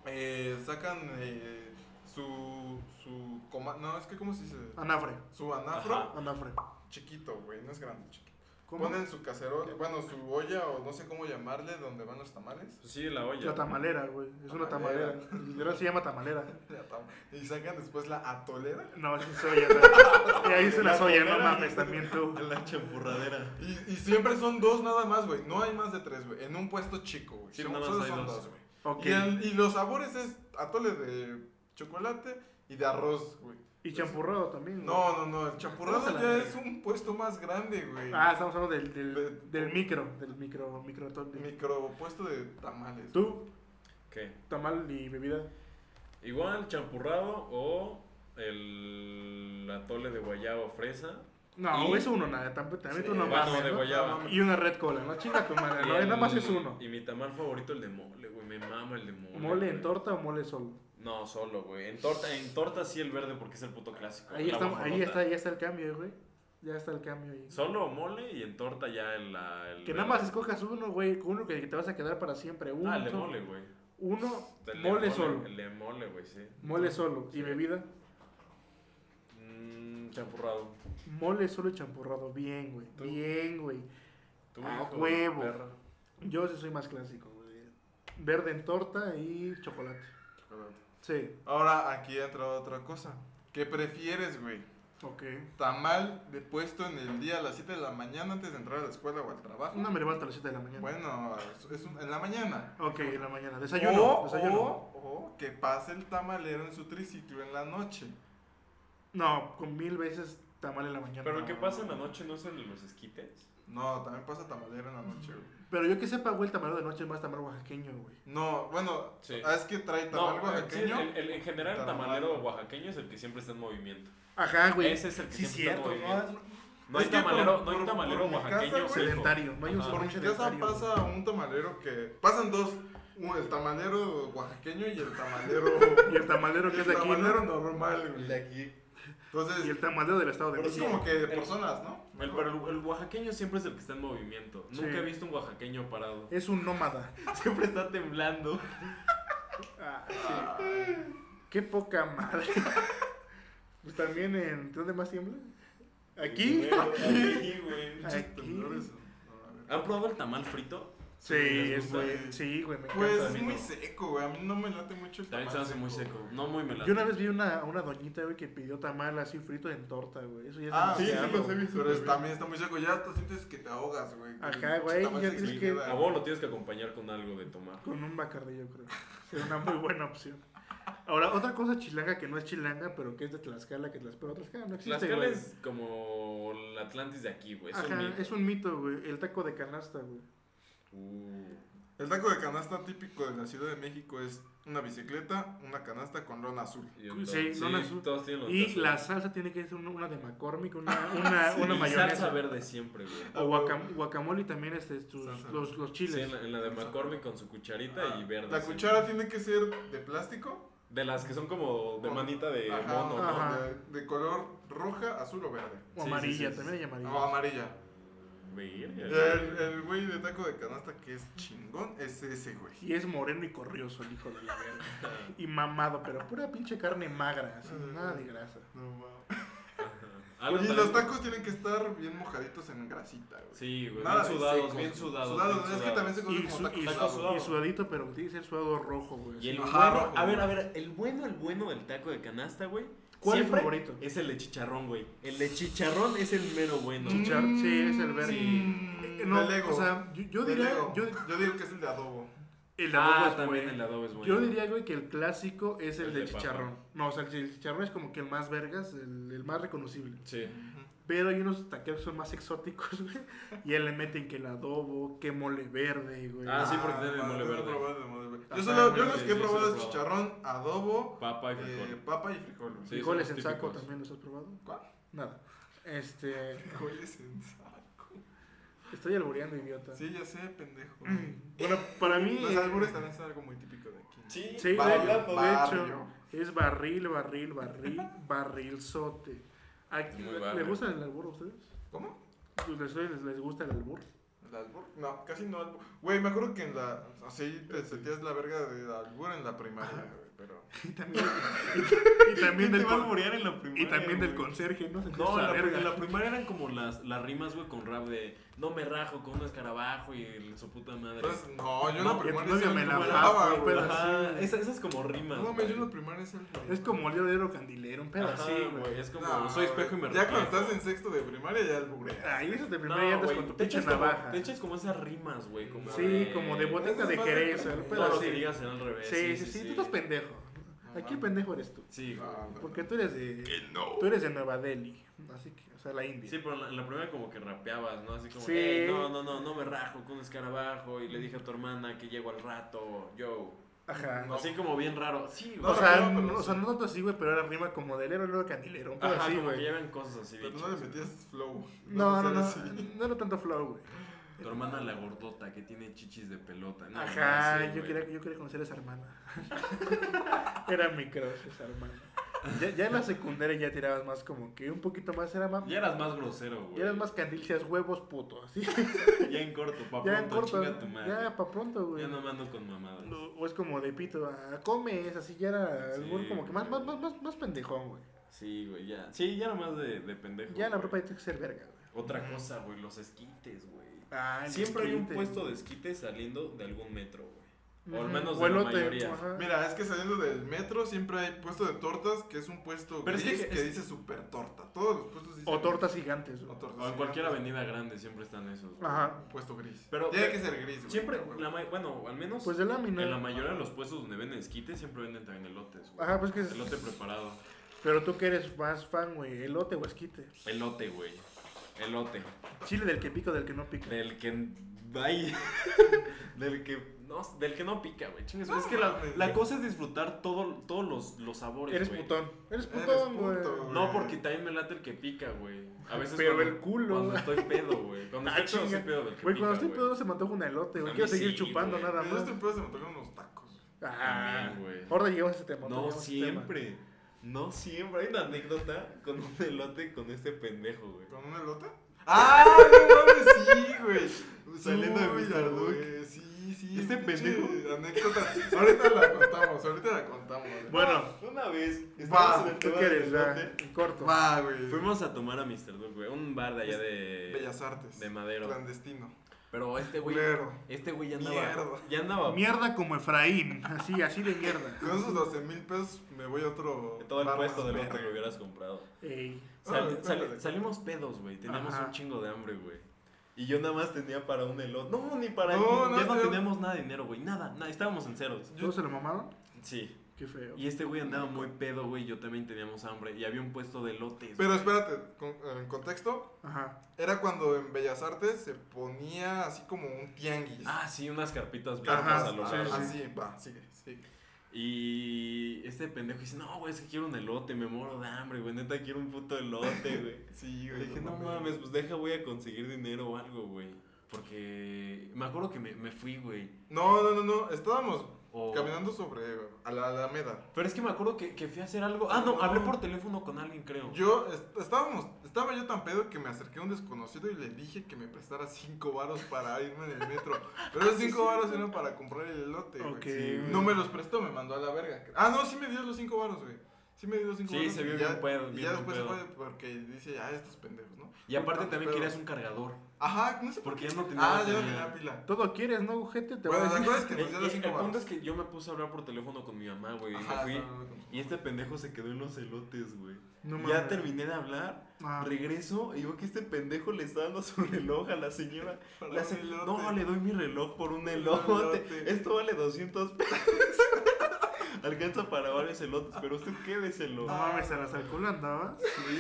Speaker 2: eh, sacan eh, su. su coma- no, es que, ¿cómo se dice?
Speaker 1: Anafre,
Speaker 2: Su anafro
Speaker 4: Ajá.
Speaker 1: anafre.
Speaker 2: chiquito, güey, no es grande, chiquito.
Speaker 1: ¿Cómo?
Speaker 2: Ponen su cacerol, bueno, su olla o no sé cómo llamarle, donde van los tamales.
Speaker 4: Sí, la olla.
Speaker 1: La tamalera, güey. Es una
Speaker 2: Tamalera.
Speaker 1: tamalera. Literal se llama tamalera.
Speaker 2: La tam- Y sacan después la atolera.
Speaker 1: No, es soya. ¿no? Y ahí se la soya, no mames, también tú.
Speaker 3: La champurradera.
Speaker 2: Y, y siempre son dos nada más, güey. No hay más de tres, güey. En un puesto chico, güey.
Speaker 4: Sí,
Speaker 2: Son-
Speaker 4: nada más
Speaker 2: solo
Speaker 4: hay
Speaker 2: son
Speaker 4: dos.
Speaker 2: dos, güey.
Speaker 1: Ok.
Speaker 2: Y, el- y los sabores es atole de chocolate y de arroz, güey.
Speaker 1: Y champurrado también. güey.
Speaker 2: No, no, no. El champurrado
Speaker 1: Vamos a la
Speaker 2: ya
Speaker 1: verga.
Speaker 2: es un puesto más grande, güey.
Speaker 1: Ah, estamos hablando del, del,
Speaker 2: Ve-
Speaker 1: del micro, del micro, micro atole.
Speaker 2: Micro puesto de tamales.
Speaker 1: ¿Tú,
Speaker 4: ¿Qué?
Speaker 1: tamal y bebida?
Speaker 4: Igual, champurrado o el atole de guayaba o fresa.
Speaker 1: No,
Speaker 4: Y-
Speaker 1: güey, es uno, nada, tampoco, también
Speaker 2: Sí,
Speaker 1: tú no
Speaker 4: bueno,
Speaker 1: mames,
Speaker 4: de
Speaker 1: ¿no?
Speaker 4: guayaba.
Speaker 1: Y una red cola, no chinga tu madre,
Speaker 4: Y
Speaker 1: no,
Speaker 4: el-
Speaker 1: nada más es uno.
Speaker 4: Y mi tamal favorito, el de mole, güey. Me mama el de mole.
Speaker 1: ¿Mole en
Speaker 4: güey.
Speaker 1: torta o mole solo?
Speaker 4: No, solo, güey. En torta, en torta sí el verde porque es el puto clásico.
Speaker 1: Ahí
Speaker 4: la
Speaker 1: está, ahí
Speaker 4: guajolota.
Speaker 1: está, ya está el cambio, güey. Ya está el cambio ahí.
Speaker 4: Solo mole y en torta ya el. la- el
Speaker 1: Que nada más escojas uno, güey, uno que te vas a quedar para siempre. Uno,
Speaker 4: Ah, el de mole, güey.
Speaker 1: uno
Speaker 4: El de
Speaker 1: mole solo.
Speaker 4: El de mole, güey, sí.
Speaker 1: Mole solo. Y bebida,
Speaker 4: Mm, champurrado.
Speaker 1: mole solo y champurrado. Bien, güey.
Speaker 4: Tú.
Speaker 1: Bien, güey.
Speaker 4: Tú,
Speaker 2: Ah,
Speaker 1: A
Speaker 4: hijo de
Speaker 1: Ah, huevo.
Speaker 4: perra.
Speaker 1: Yo sí soy más clásico, güey. Verde en torta y chocolate.
Speaker 2: Chocolate.
Speaker 1: Sí.
Speaker 2: Ahora aquí entra otra cosa. ¿Qué prefieres, güey?
Speaker 1: Ok.
Speaker 2: tamal de puesto en el día a las 7 de la mañana antes de entrar a la escuela o al trabajo.
Speaker 1: No me levanto a las 7 de la mañana.
Speaker 2: Bueno, es- es un- en la mañana.
Speaker 1: Ok, en la mañana. Desayuno.
Speaker 2: O-
Speaker 1: desayuno.
Speaker 2: o- o que pase el tamalero en su triciclo en la noche.
Speaker 1: No, con mil veces tamal en la mañana.
Speaker 4: Pero
Speaker 1: No.
Speaker 4: el que pasa en la noche no es el de los esquites.
Speaker 2: No, también pasa tamalero en la noche, güey.
Speaker 1: Pero yo que sepa, güey, el tamal de noche es más tamal oaxaqueño, güey.
Speaker 2: No, bueno,
Speaker 4: Sí.
Speaker 2: ah, es que trae
Speaker 4: No,
Speaker 2: tamal
Speaker 4: eh, sí,
Speaker 2: oaxaqueño.
Speaker 4: el- el- en general el
Speaker 2: Tamal.
Speaker 4: tamalero oaxaqueño es el que siempre está en movimiento.
Speaker 1: Ajá, güey.
Speaker 4: Ese es el que
Speaker 1: sí,
Speaker 4: siempre está en
Speaker 1: cierto,
Speaker 4: movimiento.
Speaker 1: ¿no?
Speaker 4: No
Speaker 2: Es
Speaker 4: hay
Speaker 2: que por-
Speaker 4: tamalero, no
Speaker 2: por-
Speaker 4: hay
Speaker 2: por
Speaker 4: tamalero
Speaker 2: mi casa,
Speaker 4: oaxaqueño
Speaker 2: güey,
Speaker 4: fijo.
Speaker 1: Sedentario. No hay un
Speaker 4: Ajá.
Speaker 1: solo
Speaker 2: Por mi casa
Speaker 1: sedentario, güey.
Speaker 2: pasa un tamalero que. Pasan dos. un- El tamalero oaxaqueño y el tamalero.
Speaker 1: Y el tamalero que es de aquí, ¿no?
Speaker 2: tamalero normal, güey.
Speaker 3: aquí.
Speaker 2: Entonces,
Speaker 1: Y el tamalero del Estado de
Speaker 2: pero es
Speaker 1: México.
Speaker 2: como que de
Speaker 4: el-
Speaker 2: personas, ¿no?
Speaker 4: El, pero el, el oaxaqueño siempre es el que está en movimiento.
Speaker 1: Sí.
Speaker 4: Nunca he visto un oaxaqueño parado.
Speaker 1: Es un nómada.
Speaker 3: Siempre está temblando.
Speaker 1: Ah, sí. Qué poca madre. Pues también en... ¿Dónde más tiembla? ¿Aquí?
Speaker 4: Güey, Aquí, güey.
Speaker 1: Ay.
Speaker 2: Pinches temblores, no, a ver.
Speaker 4: ¿Han probado el tamal frito?
Speaker 1: Sí,
Speaker 4: Les
Speaker 1: es
Speaker 4: gusta.
Speaker 1: güey. Sí, güey, me
Speaker 2: Pues
Speaker 1: encanta.
Speaker 2: es muy
Speaker 4: no.
Speaker 2: seco, güey. A mí no me late mucho el
Speaker 4: También se
Speaker 2: tamal
Speaker 4: hace muy seco.
Speaker 2: güey.
Speaker 4: No muy melate.
Speaker 1: Yo una vez vi una, a una doñita, güey, que pidió tamal así frito en torta, güey. Eso ya es
Speaker 2: Ah, sí, sí,
Speaker 1: demasiado,
Speaker 2: los he
Speaker 1: güey.
Speaker 2: visto. Pero es- también está muy seco. Ya hasta sientes que te ahogas, güey.
Speaker 1: Ajá,
Speaker 2: Con el
Speaker 1: güey,
Speaker 2: tamal
Speaker 1: ya
Speaker 2: seco.
Speaker 1: tienes que-
Speaker 2: Sí,
Speaker 4: A vos lo tienes que acompañar con algo de tomar.
Speaker 1: Con un bacardí, yo creo. Sería una muy buena opción. Ahora, otra cosa chilanga que no es chilanga, pero que es de Tlaxcala, que Tlaxcala, Tlaxcala no existe,
Speaker 4: Tlaxcala
Speaker 1: güey.
Speaker 4: es como el Atlantis de aquí, güey. Es
Speaker 1: Ajá,
Speaker 4: un mito.
Speaker 1: es un mito, güey. El taco de canasta, güey.
Speaker 4: Uh.
Speaker 2: El taco de canasta típico de la Ciudad de México es una bicicleta, una canasta con lona azul.
Speaker 4: Y
Speaker 1: Sí,
Speaker 4: entonces-
Speaker 1: son azul.
Speaker 4: todos tienen los
Speaker 1: Y
Speaker 4: tazos.
Speaker 1: la salsa tiene que ser una- una de McCormick, una, una,
Speaker 4: Sí,
Speaker 1: una
Speaker 4: y
Speaker 1: mayonesa.
Speaker 4: salsa verde siempre, güey.
Speaker 1: O guacam- guacamole y también este, tus-
Speaker 2: Salsa.
Speaker 1: los, los
Speaker 4: Sí,
Speaker 1: chiles.
Speaker 4: en la, en la de McCormick con su cucharita
Speaker 2: Ah,
Speaker 4: y verde.
Speaker 2: La
Speaker 4: siempre.
Speaker 2: cuchara tiene que ser de plástico.
Speaker 4: De las que son como de manita de
Speaker 2: Ajá,
Speaker 4: mono, ¿no?
Speaker 1: Ah, Ajá.
Speaker 2: De, de color roja, azul o verde.
Speaker 1: o
Speaker 4: sí,
Speaker 1: amarilla,
Speaker 4: sí, sí,
Speaker 1: también hay
Speaker 2: O
Speaker 1: amarilla.
Speaker 2: amarilla.
Speaker 4: Verga,
Speaker 2: El el güey de taco de canasta que es chingón es ese güey.
Speaker 1: Y es moreno y corrioso el hijo de la verga.
Speaker 4: eh,
Speaker 1: Y mamado, pero pura pinche carne magra, así,
Speaker 4: Mm.
Speaker 1: nada de grasa.
Speaker 2: No, mames.
Speaker 4: Algo
Speaker 2: Y
Speaker 4: también-
Speaker 2: los tacos tienen que estar bien mojaditos en grasita, güey.
Speaker 4: Sí, güey,
Speaker 2: Nada
Speaker 4: bien
Speaker 2: de
Speaker 4: sudados,
Speaker 2: secos.
Speaker 4: bien sudados.
Speaker 2: Sudados,
Speaker 4: bien
Speaker 2: es que
Speaker 4: sudados.
Speaker 2: también se
Speaker 1: Y,
Speaker 2: conocen
Speaker 1: su-
Speaker 2: como
Speaker 1: y,
Speaker 4: taco
Speaker 2: tacos sudados.
Speaker 4: sudado.
Speaker 1: y sudadito, pero tiene que ser sudado rojo, güey.
Speaker 4: Y el
Speaker 2: Ajá,
Speaker 4: bueno,
Speaker 2: rojo,
Speaker 4: a ver,
Speaker 2: güey.
Speaker 4: a ver, el bueno, el bueno del taco de canasta, güey.
Speaker 1: ¿Cuál es tu
Speaker 3: Siempre
Speaker 1: favorito?
Speaker 4: Es el de chicharrón, güey. El de chicharrón es el mero bueno.
Speaker 1: Mm. Chichar- sí, es el verde.
Speaker 2: Sí.
Speaker 1: Eh, no,
Speaker 2: Del ego.
Speaker 1: o sea, yo, yo
Speaker 2: Del
Speaker 1: diría,
Speaker 2: ego.
Speaker 1: yo,
Speaker 2: Yo digo que es el de adobo.
Speaker 1: el de adobo
Speaker 4: Ah,
Speaker 1: es
Speaker 4: también
Speaker 1: bueno.
Speaker 4: el adobo es bueno.
Speaker 1: Yo diría, güey, que el clásico es el,
Speaker 4: El
Speaker 1: de,
Speaker 4: de papa.
Speaker 1: chicharrón. No, o sea, el chicharrón es como que el más vergas, el, el más reconocible.
Speaker 4: Sí.
Speaker 1: Pero hay unos taqueros que son más exóticos, güey. Y ya le meten que el adobo, que mole verde, güey.
Speaker 4: Ah, sí, porque tiene el
Speaker 2: va,
Speaker 4: mole
Speaker 2: yo no he
Speaker 4: verde. Ah,
Speaker 2: probado el mole verde.
Speaker 1: Ajá,
Speaker 2: Yo, solo,
Speaker 1: mole
Speaker 2: yo los
Speaker 4: verde,
Speaker 2: que he
Speaker 4: sí, sí
Speaker 2: probado
Speaker 4: lo
Speaker 2: es
Speaker 4: he
Speaker 2: chicharrón, adobo,
Speaker 4: Papa y frijol.
Speaker 2: eh, papa y frijol. güey.
Speaker 4: Sí,
Speaker 1: Frijoles
Speaker 4: son
Speaker 1: en
Speaker 4: los
Speaker 1: saco
Speaker 4: típicos.
Speaker 1: también, ¿los has probado?
Speaker 2: ¿Cuál?
Speaker 1: Nada. Este,
Speaker 2: Frijoles en saco.
Speaker 1: estoy alboreando, idiota.
Speaker 2: Sí, ya sé, pendejo.
Speaker 4: Mm.
Speaker 1: Bueno, para mí...
Speaker 2: Los
Speaker 1: eh,
Speaker 2: albures también son algo muy típico de aquí.
Speaker 4: Sí,
Speaker 1: Sí,
Speaker 2: Barrio,
Speaker 1: de, de
Speaker 2: barrio.
Speaker 1: hecho, es barril, barril, barril, barrilzote.
Speaker 4: Es
Speaker 1: Aquí,
Speaker 4: muy
Speaker 1: ¿Le
Speaker 4: barrio.
Speaker 1: gusta el albur a ustedes?
Speaker 2: ¿Cómo?
Speaker 1: Pues, ¿Les, les, les gusta el albur?
Speaker 2: ¿El albur? No, casi no albur. Güey, me acuerdo que en la. Así te sentías la verga de albur en la primaria,
Speaker 4: Ah.
Speaker 2: güey, pero.
Speaker 1: Y también, y, y también del, con-
Speaker 4: alborear en la
Speaker 1: y también del conserje, ¿no?
Speaker 4: No,
Speaker 1: Sentirse
Speaker 4: en
Speaker 1: la
Speaker 4: la,
Speaker 1: verga.
Speaker 4: en la primaria eran como las, las rimas, güey, con rap de no me rajo con un escarabajo y el- su puta madre.
Speaker 2: Entonces, pues, no, yo
Speaker 4: No,
Speaker 2: en la
Speaker 1: porque tu
Speaker 2: primaria.
Speaker 1: novia
Speaker 2: sí
Speaker 1: me la
Speaker 2: me
Speaker 1: fue,
Speaker 2: daba,
Speaker 1: güey,
Speaker 2: güey.
Speaker 1: pero
Speaker 4: Ajá,
Speaker 1: sí.
Speaker 4: esas, esas como rimas.
Speaker 2: No, me
Speaker 4: güey.
Speaker 2: yo en la primaria es el.
Speaker 1: Es como el olero candilero, un pedo
Speaker 4: Ajá,
Speaker 1: así, güey.
Speaker 4: Es como
Speaker 2: No,
Speaker 4: soy espejo y me
Speaker 2: güey, Ya cuando
Speaker 4: reflejo.
Speaker 2: estás en sexto de primaria ya albureas.
Speaker 1: Ahí eso de
Speaker 4: No,
Speaker 1: primera ya andas
Speaker 4: güey,
Speaker 1: con tu
Speaker 4: te
Speaker 1: pinche
Speaker 4: echas como-
Speaker 1: navaja.
Speaker 4: Te echas como esas rimas, güey. Como
Speaker 1: Sí, como de botica
Speaker 2: Eso
Speaker 1: de
Speaker 2: pasa
Speaker 1: Jerez,
Speaker 2: con-
Speaker 1: algo
Speaker 4: Todo
Speaker 1: pedo
Speaker 4: lo que
Speaker 1: así.
Speaker 4: digas en al revés.
Speaker 1: Sí, sí, sí, tú estás Ah. pendejo. Aquí el pendejo eres tú.
Speaker 4: Sí, güey.
Speaker 2: No, no,
Speaker 1: Porque tú eres de...
Speaker 2: no.
Speaker 1: Tú eres de Nueva Delhi, así que, o sea, la India.
Speaker 4: Sí, pero en la, en la primera como que rapeabas, ¿no? Así como,
Speaker 1: Sí.
Speaker 4: "Ey, no, no, no, no me rajo con un escarabajo y le dije a tu hermana que llego al rato, yo.
Speaker 1: Ajá.
Speaker 2: No.
Speaker 4: Así como bien raro. Sí,
Speaker 2: No,
Speaker 1: o,
Speaker 4: güey.
Speaker 1: sea,
Speaker 2: no,
Speaker 1: no,
Speaker 2: pero
Speaker 1: o
Speaker 2: sí.
Speaker 1: sea, no tanto así, güey, pero era rima como del héroe, luego candilero, un pedo
Speaker 4: Ajá,
Speaker 1: así,
Speaker 4: como que
Speaker 1: güey.
Speaker 4: llevan cosas así
Speaker 2: Pero no
Speaker 4: bichas.
Speaker 2: le metías flow.
Speaker 1: No, no,
Speaker 2: era
Speaker 1: no,
Speaker 2: así.
Speaker 1: no era tanto flow, güey.
Speaker 4: Tu hermana la gordota que tiene chichis de pelota. No,
Speaker 1: Ajá,
Speaker 4: no, sí,
Speaker 1: yo,
Speaker 4: güey.
Speaker 1: quería, yo quería conocer a esa hermana. era mi crush, esa hermana. Ya, ya en la secundaria ya tirabas más como que un poquito más, era más...
Speaker 4: Ya eras más grosero, güey.
Speaker 1: Ya eras más candil, decías huevos puto, así.
Speaker 4: Ya en corto, papá.
Speaker 1: ya en corto,
Speaker 4: Chinga tu madre.
Speaker 1: ya pa' pronto, güey.
Speaker 4: Ya no mando con mamadas.
Speaker 1: No, O es como de pito, ah, comes, así ya era
Speaker 4: Sí,
Speaker 1: algo como que más, más,
Speaker 4: güey.
Speaker 1: más, más, más pendejón, güey.
Speaker 4: Sí, güey, ya. Sí, ya nomás de, de pendejo.
Speaker 1: Ya en la
Speaker 4: güey.
Speaker 1: prepa ya tienes que ser verga, güey.
Speaker 4: Otra cosa, güey, los esquites, güey.
Speaker 1: Ah, el
Speaker 4: Siempre hay un
Speaker 1: esquite.
Speaker 4: puesto de esquites saliendo de algún metro, güey. O al
Speaker 1: Ujú.
Speaker 4: menos
Speaker 1: O
Speaker 4: de la
Speaker 1: elote,
Speaker 4: mayoría.
Speaker 1: ajá.
Speaker 2: Mira, es que saliendo del metro siempre hay puesto de tortas, que es un puesto
Speaker 4: Pero es
Speaker 2: gris
Speaker 4: que-
Speaker 2: que
Speaker 4: es-
Speaker 2: dice super torta. Todos los puestos dicen
Speaker 1: O tortas gigantes. güey.
Speaker 2: O tortas
Speaker 4: O en
Speaker 2: gigantes.
Speaker 4: cualquier avenida grande siempre están esos. güey.
Speaker 1: Ajá.
Speaker 2: Un puesto gris.
Speaker 4: Pero-
Speaker 2: Tiene
Speaker 4: pero-
Speaker 2: que ser gris, güey.
Speaker 4: Siempre,
Speaker 2: pero,
Speaker 4: la ma- bueno, al menos
Speaker 1: Pues de lámina.
Speaker 4: en la mayoría de los puestos donde venden esquites siempre venden también elotes. güey.
Speaker 1: Ajá, pues que es-
Speaker 4: Elote preparado.
Speaker 1: Pero tú que eres más fan, güey. Elote o esquite.
Speaker 4: Elote, güey. Elote.
Speaker 1: Chile del que pica o del que no pica.
Speaker 4: Del que. Ay. del que. No, del que no pica, güey. Chingues,
Speaker 2: No
Speaker 4: es que la,
Speaker 2: mames,
Speaker 4: la
Speaker 2: güey.
Speaker 4: cosa es disfrutar todo, todos los, los sabores.
Speaker 1: Eres
Speaker 4: güey.
Speaker 1: putón. Eres
Speaker 2: Eres
Speaker 1: putón, güey.
Speaker 2: puto, güey.
Speaker 4: No, porque también me late el que pica, güey. A veces.
Speaker 1: Pero
Speaker 4: cuando,
Speaker 1: el culo.
Speaker 4: Cuando estoy pedo, güey. Cuando
Speaker 1: Ah,
Speaker 4: estoy pedo,
Speaker 1: chinga.
Speaker 4: soy pedo del que
Speaker 1: Güey,
Speaker 4: pica.
Speaker 1: cuando estoy
Speaker 4: güey.
Speaker 1: pedo no se me antoja una elote, güey.
Speaker 4: A mí
Speaker 1: Pero Quiero seguir
Speaker 4: sí,
Speaker 1: chupando
Speaker 4: güey.
Speaker 1: nada
Speaker 2: Pero yo
Speaker 1: más.
Speaker 2: estoy pedo, se me tocan unos tacos.
Speaker 1: Ah,
Speaker 4: También, güey.
Speaker 1: ahora llevas ese tema.
Speaker 4: No
Speaker 1: ahora llevas ese tema.
Speaker 4: siempre. No siempre. Hay una anécdota con un elote con este pendejo, güey.
Speaker 2: ¿Con un elote? ¡Ah! ¡No mames, sí, güey!
Speaker 4: Saliendo de
Speaker 2: Uy,
Speaker 4: Mr. Duke.
Speaker 2: güey, Sí, sí.
Speaker 4: ¿Este
Speaker 2: pinche
Speaker 4: pendejo?
Speaker 2: Anécdota. Ahorita la contamos, ahorita la contamos. güey.
Speaker 1: Bueno,
Speaker 4: Ah, Una vez.
Speaker 2: Va,
Speaker 4: estábamos en el
Speaker 1: ¿qué
Speaker 4: tema
Speaker 1: quieres?
Speaker 4: del
Speaker 1: Ya,
Speaker 4: elote.
Speaker 1: en corto.
Speaker 2: Va, güey.
Speaker 4: Fuimos a tomar a Mr. Duke, güey. Un bar de allá de.
Speaker 2: Bellas Artes.
Speaker 4: Eh, De madero.
Speaker 2: Clandestino.
Speaker 4: Pero este güey.
Speaker 2: Culero.
Speaker 4: Este güey ya andaba.
Speaker 2: Mierda.
Speaker 4: Ya andaba.
Speaker 1: Mierda como Efraín. Así, así de mierda.
Speaker 2: Con esos 12 mil pesos me voy a otro.
Speaker 4: Todo el
Speaker 2: bar
Speaker 4: puesto
Speaker 2: más
Speaker 4: de lo que
Speaker 2: verga.
Speaker 4: lo hubieras comprado.
Speaker 1: Ey.
Speaker 4: Sal-
Speaker 2: Ah,
Speaker 4: sal-
Speaker 2: cuéntale.
Speaker 4: salimos pedos, güey. Teníamos
Speaker 1: Ajá.
Speaker 4: un chingo de hambre, güey. Y yo nada más tenía para un elote. No, ni para.
Speaker 2: No,
Speaker 4: ni-
Speaker 2: no,
Speaker 4: ya no
Speaker 2: pero-
Speaker 4: teníamos nada de dinero, güey. Nada, nada. Estábamos en ceros.
Speaker 1: ¿Todos se lo mamaron?
Speaker 4: Sí.
Speaker 1: Qué feo.
Speaker 4: Y este güey andaba muy pedo, güey. Yo también teníamos hambre. Y había un puesto de elotes.
Speaker 2: Pero
Speaker 4: güey.
Speaker 2: espérate, con- en contexto,
Speaker 1: Ajá.
Speaker 2: era cuando en Bellas Artes se ponía así como un tianguis.
Speaker 4: Ah, sí, unas carpitas blancas
Speaker 1: Ajá,
Speaker 4: a lo
Speaker 1: sí,
Speaker 4: largo.
Speaker 1: sí.
Speaker 2: Así, va, sigue, sigue.
Speaker 4: Y este pendejo dice, no, güey, es que quiero un elote, me muero de hambre, güey, neta quiero un puto elote, güey.
Speaker 2: Sí,
Speaker 4: Le dije, no mames, pues deja, voy a conseguir dinero o algo, güey. Porque me acuerdo que me, me fui, güey.
Speaker 2: No, no, no, no, estábamos
Speaker 4: O-
Speaker 2: caminando sobre a la Alameda.
Speaker 4: Pero es que me acuerdo que, que fui a hacer algo. Ah, no, hablé por teléfono con alguien, creo.
Speaker 2: Yo est- estábamos, estaba yo tan pedo que me acerqué a un desconocido y le dije que me prestara cinco varos para irme en el metro.
Speaker 4: Ah,
Speaker 2: Pero esos cinco varos eran para comprar el elote, güey.
Speaker 1: Ok.
Speaker 4: sí, güey.
Speaker 2: No me los prestó, me mandó a la verga. Ah, no, sí me dio los cinco varos, güey. Sí me dio los cinco
Speaker 4: Sí,
Speaker 2: varos.
Speaker 4: se vio
Speaker 2: y
Speaker 4: bien pedo,
Speaker 2: Y
Speaker 4: bien
Speaker 2: ya
Speaker 4: buen
Speaker 2: después
Speaker 4: pedo.
Speaker 2: fue porque dice, ah, estos pendejos, ¿no?
Speaker 4: Y aparte
Speaker 2: Ah,
Speaker 4: también
Speaker 2: pero-
Speaker 4: querías un cargador.
Speaker 2: Ajá, no sé por
Speaker 4: Porque
Speaker 2: qué.
Speaker 4: ya no tenía.
Speaker 2: Ah, ya no
Speaker 4: batería.
Speaker 2: tenía pila.
Speaker 1: Todo quieres, ¿no, ojete? Te
Speaker 2: Bueno,
Speaker 1: voy a
Speaker 2: ¿te
Speaker 1: decir.
Speaker 2: acuerdas que
Speaker 4: Eh,
Speaker 2: nos dio los
Speaker 4: eh,
Speaker 2: cinco
Speaker 4: El punto es
Speaker 2: varos?
Speaker 4: que yo me puse a hablar por teléfono con mi mamá, güey. y me
Speaker 2: Ajá,
Speaker 4: fui.
Speaker 2: estaba hablando con-
Speaker 4: Y este pendejo se quedó en los elotes, güey.
Speaker 1: No
Speaker 4: ya
Speaker 1: mames.
Speaker 4: terminé de hablar.
Speaker 1: Ah.
Speaker 4: Regreso y veo que este pendejo le está dando su reloj a la señora.
Speaker 2: Para
Speaker 4: Le
Speaker 2: un
Speaker 4: hace,
Speaker 2: elote.
Speaker 4: no, le doy mi reloj por un
Speaker 2: elote.
Speaker 4: elote. Esto vale 200 pesos. Alcanza para varios elotes, pero usted quédeselo.
Speaker 1: No mames, a la alcohol andabas.
Speaker 2: Sí,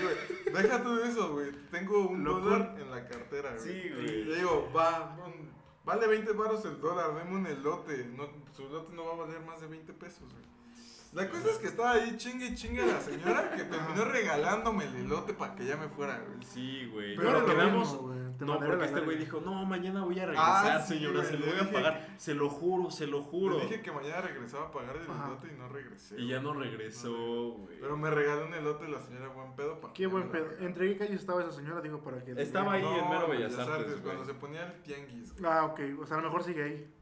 Speaker 2: güey. Deja tú eso, güey. Tengo un
Speaker 1: Lo
Speaker 2: dólar en la cartera, güey.
Speaker 4: Sí,
Speaker 2: Y
Speaker 4: güey.
Speaker 2: Le digo, va, pon- vale 20 baros el dólar, deme un elote. No, su elote no va a valer más de 20 pesos, güey. La cosa es que estaba ahí chingue y chingue la señora que terminó regalándome el elote para que ya me fuera, güey.
Speaker 4: Sí, güey.
Speaker 1: Pero
Speaker 4: Pero
Speaker 1: lo
Speaker 4: quedamos.
Speaker 1: mismo, güey, te
Speaker 4: no,
Speaker 1: mandaría
Speaker 4: porque
Speaker 1: la
Speaker 4: este güey
Speaker 1: verga.
Speaker 4: dijo, no, mañana voy a regresar,
Speaker 2: Ah, sí,
Speaker 4: señora,
Speaker 2: güey,
Speaker 4: se lo
Speaker 2: le
Speaker 4: voy a
Speaker 2: dije-
Speaker 4: pagar. Se lo juro, se lo juro.
Speaker 2: Le dije que mañana regresaba a pagar el
Speaker 1: Ajá.
Speaker 2: elote y no regresé.
Speaker 4: Y ya
Speaker 2: güey.
Speaker 4: no regresó, güey.
Speaker 2: Pero me regaló un elote la señora Buen Pedo. pa' que
Speaker 1: Qué
Speaker 2: ya
Speaker 1: buen
Speaker 2: me lo
Speaker 1: pedo.
Speaker 2: regalara.
Speaker 1: ¿Entre qué calles estaba esa señora? Digo, para que...
Speaker 4: Estaba ahí. en mero Bellas Artes, güey.
Speaker 2: cuando se ponía el tianguis. güey.
Speaker 1: Ah, ok. O sea, a lo mejor sigue ahí.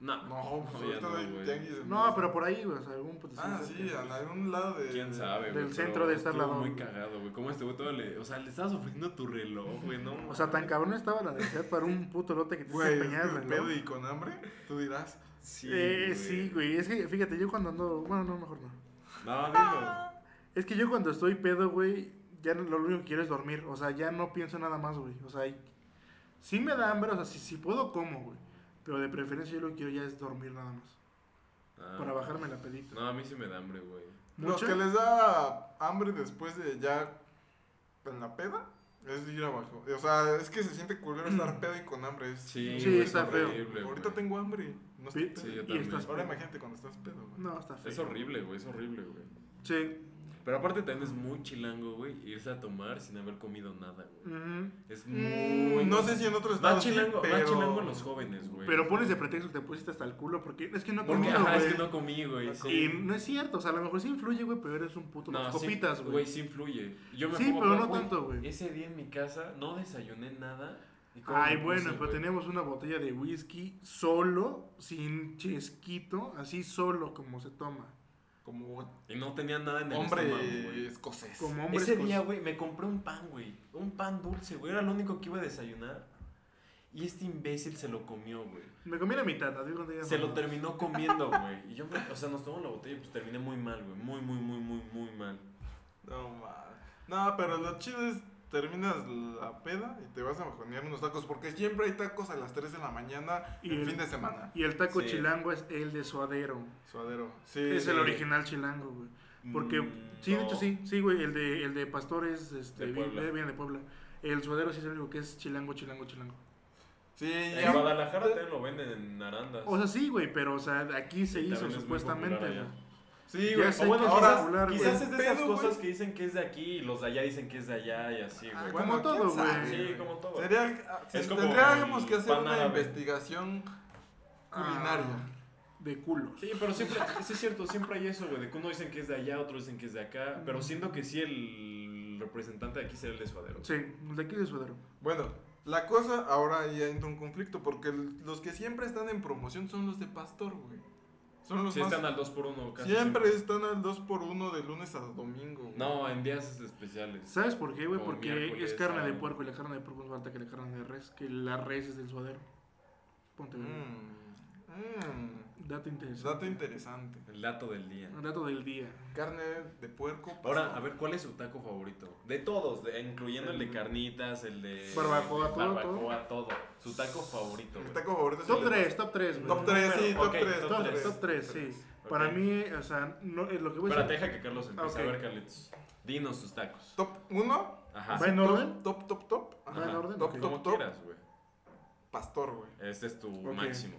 Speaker 4: No,
Speaker 2: No, pues
Speaker 4: Sí,
Speaker 2: ahorita
Speaker 4: no,
Speaker 2: no hay
Speaker 4: güey.
Speaker 2: tianguis. en
Speaker 1: No,
Speaker 2: Bellas
Speaker 1: pero
Speaker 2: Artes.
Speaker 1: por ahí, güey. O sea, algún puto...
Speaker 2: Ah, sí, en algún lado de.
Speaker 4: quién sabe, güey.
Speaker 1: Del
Speaker 4: pero
Speaker 1: centro de estar
Speaker 4: estuvo
Speaker 1: lado,
Speaker 4: muy
Speaker 1: güey.
Speaker 4: cagado, güey. ¿Cómo este güey todo le. O sea, le estabas ofreciendo tu reloj, güey, no.
Speaker 1: O sea, tan cabrón estaba la necesidad para un puto lote que te hice
Speaker 2: Güey,
Speaker 1: empeñar el
Speaker 2: ¿con
Speaker 1: reloj.
Speaker 2: pedo y con hambre? Tú dirás.
Speaker 4: Sí,
Speaker 1: eh, sí, güey. Es que, fíjate, yo cuando ando... Bueno, no, mejor no.
Speaker 4: No, dilo.
Speaker 1: Es que yo cuando estoy pedo, güey, ya no- lo único que quiero es dormir. O sea, ya no pienso nada más, güey. O sea, y- sí me da hambre, o sea, si, si puedo, como, güey. Pero de preferencia yo lo que quiero ya es dormir nada más.
Speaker 4: Ah.
Speaker 1: Para bajarme el apetito.
Speaker 4: No, a mí sí me da hambre, güey.
Speaker 2: Los que les da hambre después de ya. en la peda. Es ir abajo. O sea, es que se siente culero estar pedo y con hambre. Es
Speaker 4: Sí,
Speaker 1: Mm. Sí,
Speaker 4: güey,
Speaker 1: está
Speaker 4: es
Speaker 1: feo.
Speaker 4: horrible, güey.
Speaker 2: Ahorita tengo hambre. No
Speaker 1: Sí,
Speaker 2: estoy
Speaker 4: Sí, yo
Speaker 2: pedo.
Speaker 1: Y
Speaker 4: también.
Speaker 1: estás-
Speaker 2: Ahora imagínate cuando estás pedo, güey.
Speaker 1: No, está feo.
Speaker 4: Es horrible, güey, es horrible, güey.
Speaker 1: Sí.
Speaker 4: Pero aparte también es muy chilango, güey, irse a tomar sin haber comido nada, güey.
Speaker 1: Ujú.
Speaker 4: Es muy...
Speaker 2: Mm, No sé si en
Speaker 1: Pues
Speaker 2: otros
Speaker 4: Más
Speaker 2: estados. sí,
Speaker 4: chilango, más
Speaker 2: pero-
Speaker 4: chilango los jóvenes, güey.
Speaker 1: Pero pones de pretexto que te pusiste hasta el culo porque es que no he
Speaker 4: Porque,
Speaker 1: comido,
Speaker 4: ajá, es
Speaker 1: güey.
Speaker 4: que no comí, güey.
Speaker 2: No
Speaker 4: sí.
Speaker 1: Y no es cierto, o sea, a lo mejor sí influye, güey, pero eres un puto. Las
Speaker 4: sí,
Speaker 1: copitas, güey.
Speaker 4: sí influye. Yo me
Speaker 1: Sí,
Speaker 4: pongo
Speaker 1: pero
Speaker 4: peor,
Speaker 1: no tanto, güey.
Speaker 4: Ese día en mi casa no desayuné nada. ¿y cómo
Speaker 1: Ay,
Speaker 4: me
Speaker 1: bueno,
Speaker 4: puse,
Speaker 1: pero
Speaker 4: güey?
Speaker 1: tenemos una botella de whisky solo, sin chesquito, así solo como se toma.
Speaker 2: Como
Speaker 4: Y no tenía nada en el estómago,
Speaker 2: hombre
Speaker 4: este güey.
Speaker 2: escocés.
Speaker 1: Como hombres
Speaker 4: Ese día,
Speaker 1: cos-
Speaker 4: güey, me compré un pan, güey. Un pan dulce, güey. Era lo único que iba a desayunar. Y este imbécil se lo comió, güey.
Speaker 1: Me comí la mitad, así cuando ya-
Speaker 4: Se lo terminó comiendo, güey. Y yo, me- o sea, nos tomamos la botella y pues terminé muy mal, güey. Muy, muy, muy, muy, muy mal.
Speaker 2: No, mames. No, pero lo chido es terminas la peda y te vas a majonear unos tacos porque siempre hay tacos a las 3 de la mañana
Speaker 1: Y
Speaker 2: el,
Speaker 1: el-
Speaker 2: fin de semana.
Speaker 1: Y el taco
Speaker 4: Sí.
Speaker 1: chilango es el de suadero.
Speaker 2: Suadero. Sí.
Speaker 1: Es el
Speaker 2: sí.
Speaker 1: original chilango, güey. Porque,
Speaker 4: Mm,
Speaker 1: sí, de
Speaker 4: no.
Speaker 1: hecho sí, sí, güey, el de, el de pastores, este,
Speaker 4: De
Speaker 1: vi-
Speaker 4: Puebla.
Speaker 1: eh, viene de Puebla. El suadero sí es el único que es chilango, chilango, chilango.
Speaker 2: Sí,
Speaker 4: En
Speaker 2: ya-
Speaker 4: Guadalajara también lo venden en arandas.
Speaker 1: O sea, sí, güey, pero, o sea, aquí se
Speaker 4: Y
Speaker 1: hizo
Speaker 4: Pues también es muy
Speaker 1: supuestamente,
Speaker 4: popular allá.
Speaker 1: güey.
Speaker 2: Sí,
Speaker 1: Ya
Speaker 2: güey.
Speaker 1: sé
Speaker 2: O bueno,
Speaker 1: que
Speaker 2: ahora-
Speaker 1: quizás- popular, güey.
Speaker 4: Quizás es de
Speaker 2: El
Speaker 4: esas
Speaker 2: pedo,
Speaker 4: cosas
Speaker 2: güey.
Speaker 4: que dicen que es de aquí y los de allá dicen que es de allá y así,
Speaker 1: Ah,
Speaker 4: güey.
Speaker 2: bueno,
Speaker 1: como todo,
Speaker 2: ¿quién sabe?
Speaker 1: güey.
Speaker 4: sí, como todo.
Speaker 2: Sería,
Speaker 4: Es
Speaker 2: si
Speaker 4: como
Speaker 2: tendríamos
Speaker 4: el
Speaker 2: que hacer
Speaker 4: pan
Speaker 2: una
Speaker 4: árabe.
Speaker 2: investigación culinaria.
Speaker 1: Ah, de culos.
Speaker 4: Sí, pero siempre, sí es cierto, siempre hay eso, güey, de que uno dicen que es de allá, otro dicen que es de acá, pero siento que sí el representante de aquí sería el de suadero.
Speaker 1: Sí, el de aquí de suadero.
Speaker 2: Bueno, la cosa ahora ya entra un conflicto porque el- los que siempre están en promoción son los de Pastor, güey. Son los
Speaker 4: Sí,
Speaker 2: más...
Speaker 4: están al 2 por 1 casi.
Speaker 2: siempre están al 2 por 1 de lunes a domingo. güey.
Speaker 4: No, en días especiales.
Speaker 1: ¿Sabes por qué, güey?
Speaker 4: Como
Speaker 1: Porque
Speaker 4: miércoles,
Speaker 1: es carne de
Speaker 4: sábado.
Speaker 1: puerco y la carne de puerco es más alta que la carne de res, que la res es del suadero. Ponte, güey.
Speaker 2: Mm, mm,
Speaker 1: Dato interesante.
Speaker 2: dato interesante.
Speaker 4: El dato del día.
Speaker 1: Dato del día.
Speaker 2: Carne de puerco.
Speaker 4: Ahora,
Speaker 2: pastor.
Speaker 4: a ver, ¿cuál es su taco favorito? De todos, de- incluyendo
Speaker 2: Mm.
Speaker 4: el de carnitas, el de...
Speaker 1: Barbacoa, todo,
Speaker 4: Barbacoa, todo. Su taco favorito,
Speaker 2: Mi
Speaker 4: güey.
Speaker 2: taco favorito es el
Speaker 1: Top
Speaker 2: de
Speaker 1: 3, top 3, güey.
Speaker 2: Top 3, sí,
Speaker 4: Número-
Speaker 2: top
Speaker 4: ok,
Speaker 2: 3.
Speaker 4: top
Speaker 1: Top
Speaker 4: tres.
Speaker 1: 3, top 3, sí. Para
Speaker 4: Ok.
Speaker 1: mí, o sea, no, eh, lo que voy a
Speaker 4: Espérate,
Speaker 1: decir...
Speaker 4: deja que Carlos empiece.
Speaker 1: Ok.
Speaker 4: A ver, Carlitos, dinos tus tacos.
Speaker 2: Top 1.
Speaker 4: Ajá.
Speaker 1: ¿Va en orden?
Speaker 2: Top, top, top. Ajá.
Speaker 1: ¿Va en
Speaker 4: Ajá.
Speaker 1: orden?
Speaker 2: Top,
Speaker 1: Ok.
Speaker 4: Como
Speaker 2: top.
Speaker 4: quieras, güey.
Speaker 2: Pastor, güey.
Speaker 4: Este es tu
Speaker 1: Ok.
Speaker 4: máximo.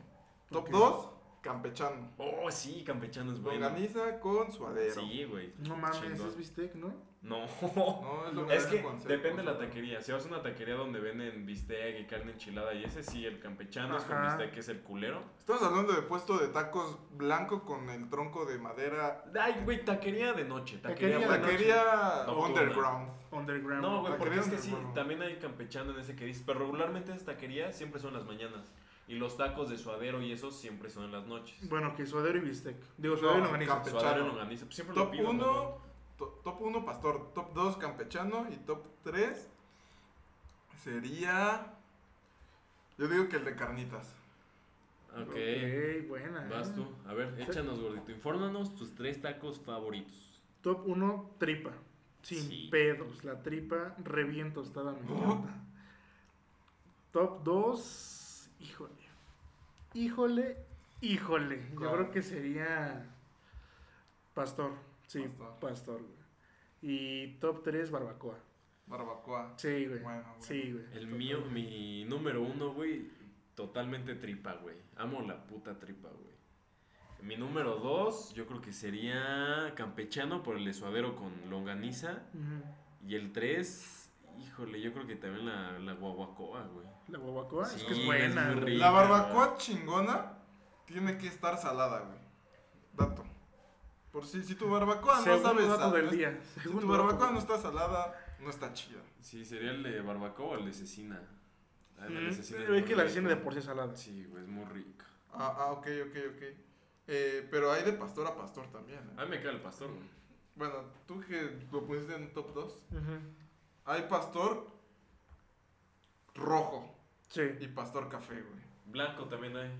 Speaker 2: Top
Speaker 1: Ok.
Speaker 2: 2, campechano.
Speaker 4: Oh, sí, campechano es bueno.
Speaker 2: Organiza con suadero.
Speaker 4: Sí, güey.
Speaker 1: No mames,
Speaker 4: Chingón.
Speaker 1: es bistec, ¿no?
Speaker 4: No.
Speaker 2: No, es lo
Speaker 4: Es
Speaker 2: es
Speaker 4: que
Speaker 2: el concepto.
Speaker 4: depende de la taquería. Si vas a una taquería donde venden bistec y carne enchilada y ese sí, el campechano es con
Speaker 1: Ajá.
Speaker 4: bistec, que es el culero.
Speaker 2: Estamos hablando de puesto de tacos blanco con el tronco de madera.
Speaker 4: Ay, güey, taquería de noche. Taquería,
Speaker 1: Taquería de
Speaker 4: buena.
Speaker 2: Taquería
Speaker 4: Nocturna.
Speaker 2: underground.
Speaker 1: Underground.
Speaker 4: No, güey, porque
Speaker 2: Taquería
Speaker 4: es que sí,
Speaker 2: underground.
Speaker 4: también hay campechano en ese que dices. Pero regularmente esas taquerías siempre son en las mañanas. Y los tacos de suadero y esos siempre son en las noches.
Speaker 1: Bueno, que suadero y bistec. Digo,
Speaker 2: No,
Speaker 1: suadero y longaniza.
Speaker 2: campechano.
Speaker 4: Suadero y longaniza. pues Siempre lo
Speaker 2: Top
Speaker 4: pido.
Speaker 2: 1,
Speaker 4: ¿no?
Speaker 2: top 1 pastor. Top 2 campechano. Y top 3 sería. Yo digo que el de carnitas.
Speaker 4: Ok.
Speaker 1: Ok, buena.
Speaker 4: Vas
Speaker 1: eh.
Speaker 4: tú. A ver, échanos, gordito. Infórmanos tus tres tacos favoritos.
Speaker 1: Top 1, tripa. Sin
Speaker 4: Sí.
Speaker 1: pedos. La tripa re bien tostada, me encanta. Top 2, híjole. Híjole, híjole. Yo
Speaker 2: ¿Cuál?
Speaker 1: creo que sería pastor. Sí,
Speaker 2: Pastor.
Speaker 1: pastor. güey. Y top 3, barbacoa.
Speaker 2: Barbacoa.
Speaker 1: Sí, güey.
Speaker 2: Bueno, bueno.
Speaker 1: Sí, güey.
Speaker 4: El mío, mi número uno, güey, totalmente tripa, güey. Amo la puta tripa, güey. Mi número dos, yo creo que sería campechano por el de suadero con longaniza.
Speaker 1: Ujú.
Speaker 4: Y el tres, híjole, yo creo que también la, la guaguacoa, güey.
Speaker 1: La barbacoa es que
Speaker 4: Sí,
Speaker 1: es
Speaker 4: es
Speaker 1: buena.
Speaker 4: muy
Speaker 1: güey.
Speaker 4: rica.
Speaker 2: La barbacoa chingona tiene que estar salada, güey. Dato. Por si, si tu barbacoa no
Speaker 1: Segundo
Speaker 2: sabe
Speaker 1: dato
Speaker 2: sal-
Speaker 1: del
Speaker 2: no es-
Speaker 1: día.
Speaker 2: Si tu
Speaker 1: Segundo
Speaker 2: barbacoa
Speaker 1: dato.
Speaker 2: no está salada, no está chida.
Speaker 4: Sí, sería el de barbacoa o el de cecina. Ah, el de
Speaker 1: Mm,
Speaker 4: cecina
Speaker 1: Es
Speaker 4: muy
Speaker 1: que la
Speaker 4: rico.
Speaker 1: cecina de por sí es salada.
Speaker 4: Sí, güey, es muy rica.
Speaker 2: Ah, ah, ok, ok, ok. Eh, pero hay de pastor a pastor también. ¿eh?
Speaker 4: A mí me cae el pastor, güey.
Speaker 2: Bueno, tú que lo pusiste en top 2.
Speaker 1: Ujú.
Speaker 2: Hay pastor rojo
Speaker 1: Sí,
Speaker 2: y pastor café, güey.
Speaker 4: Blanco también hay.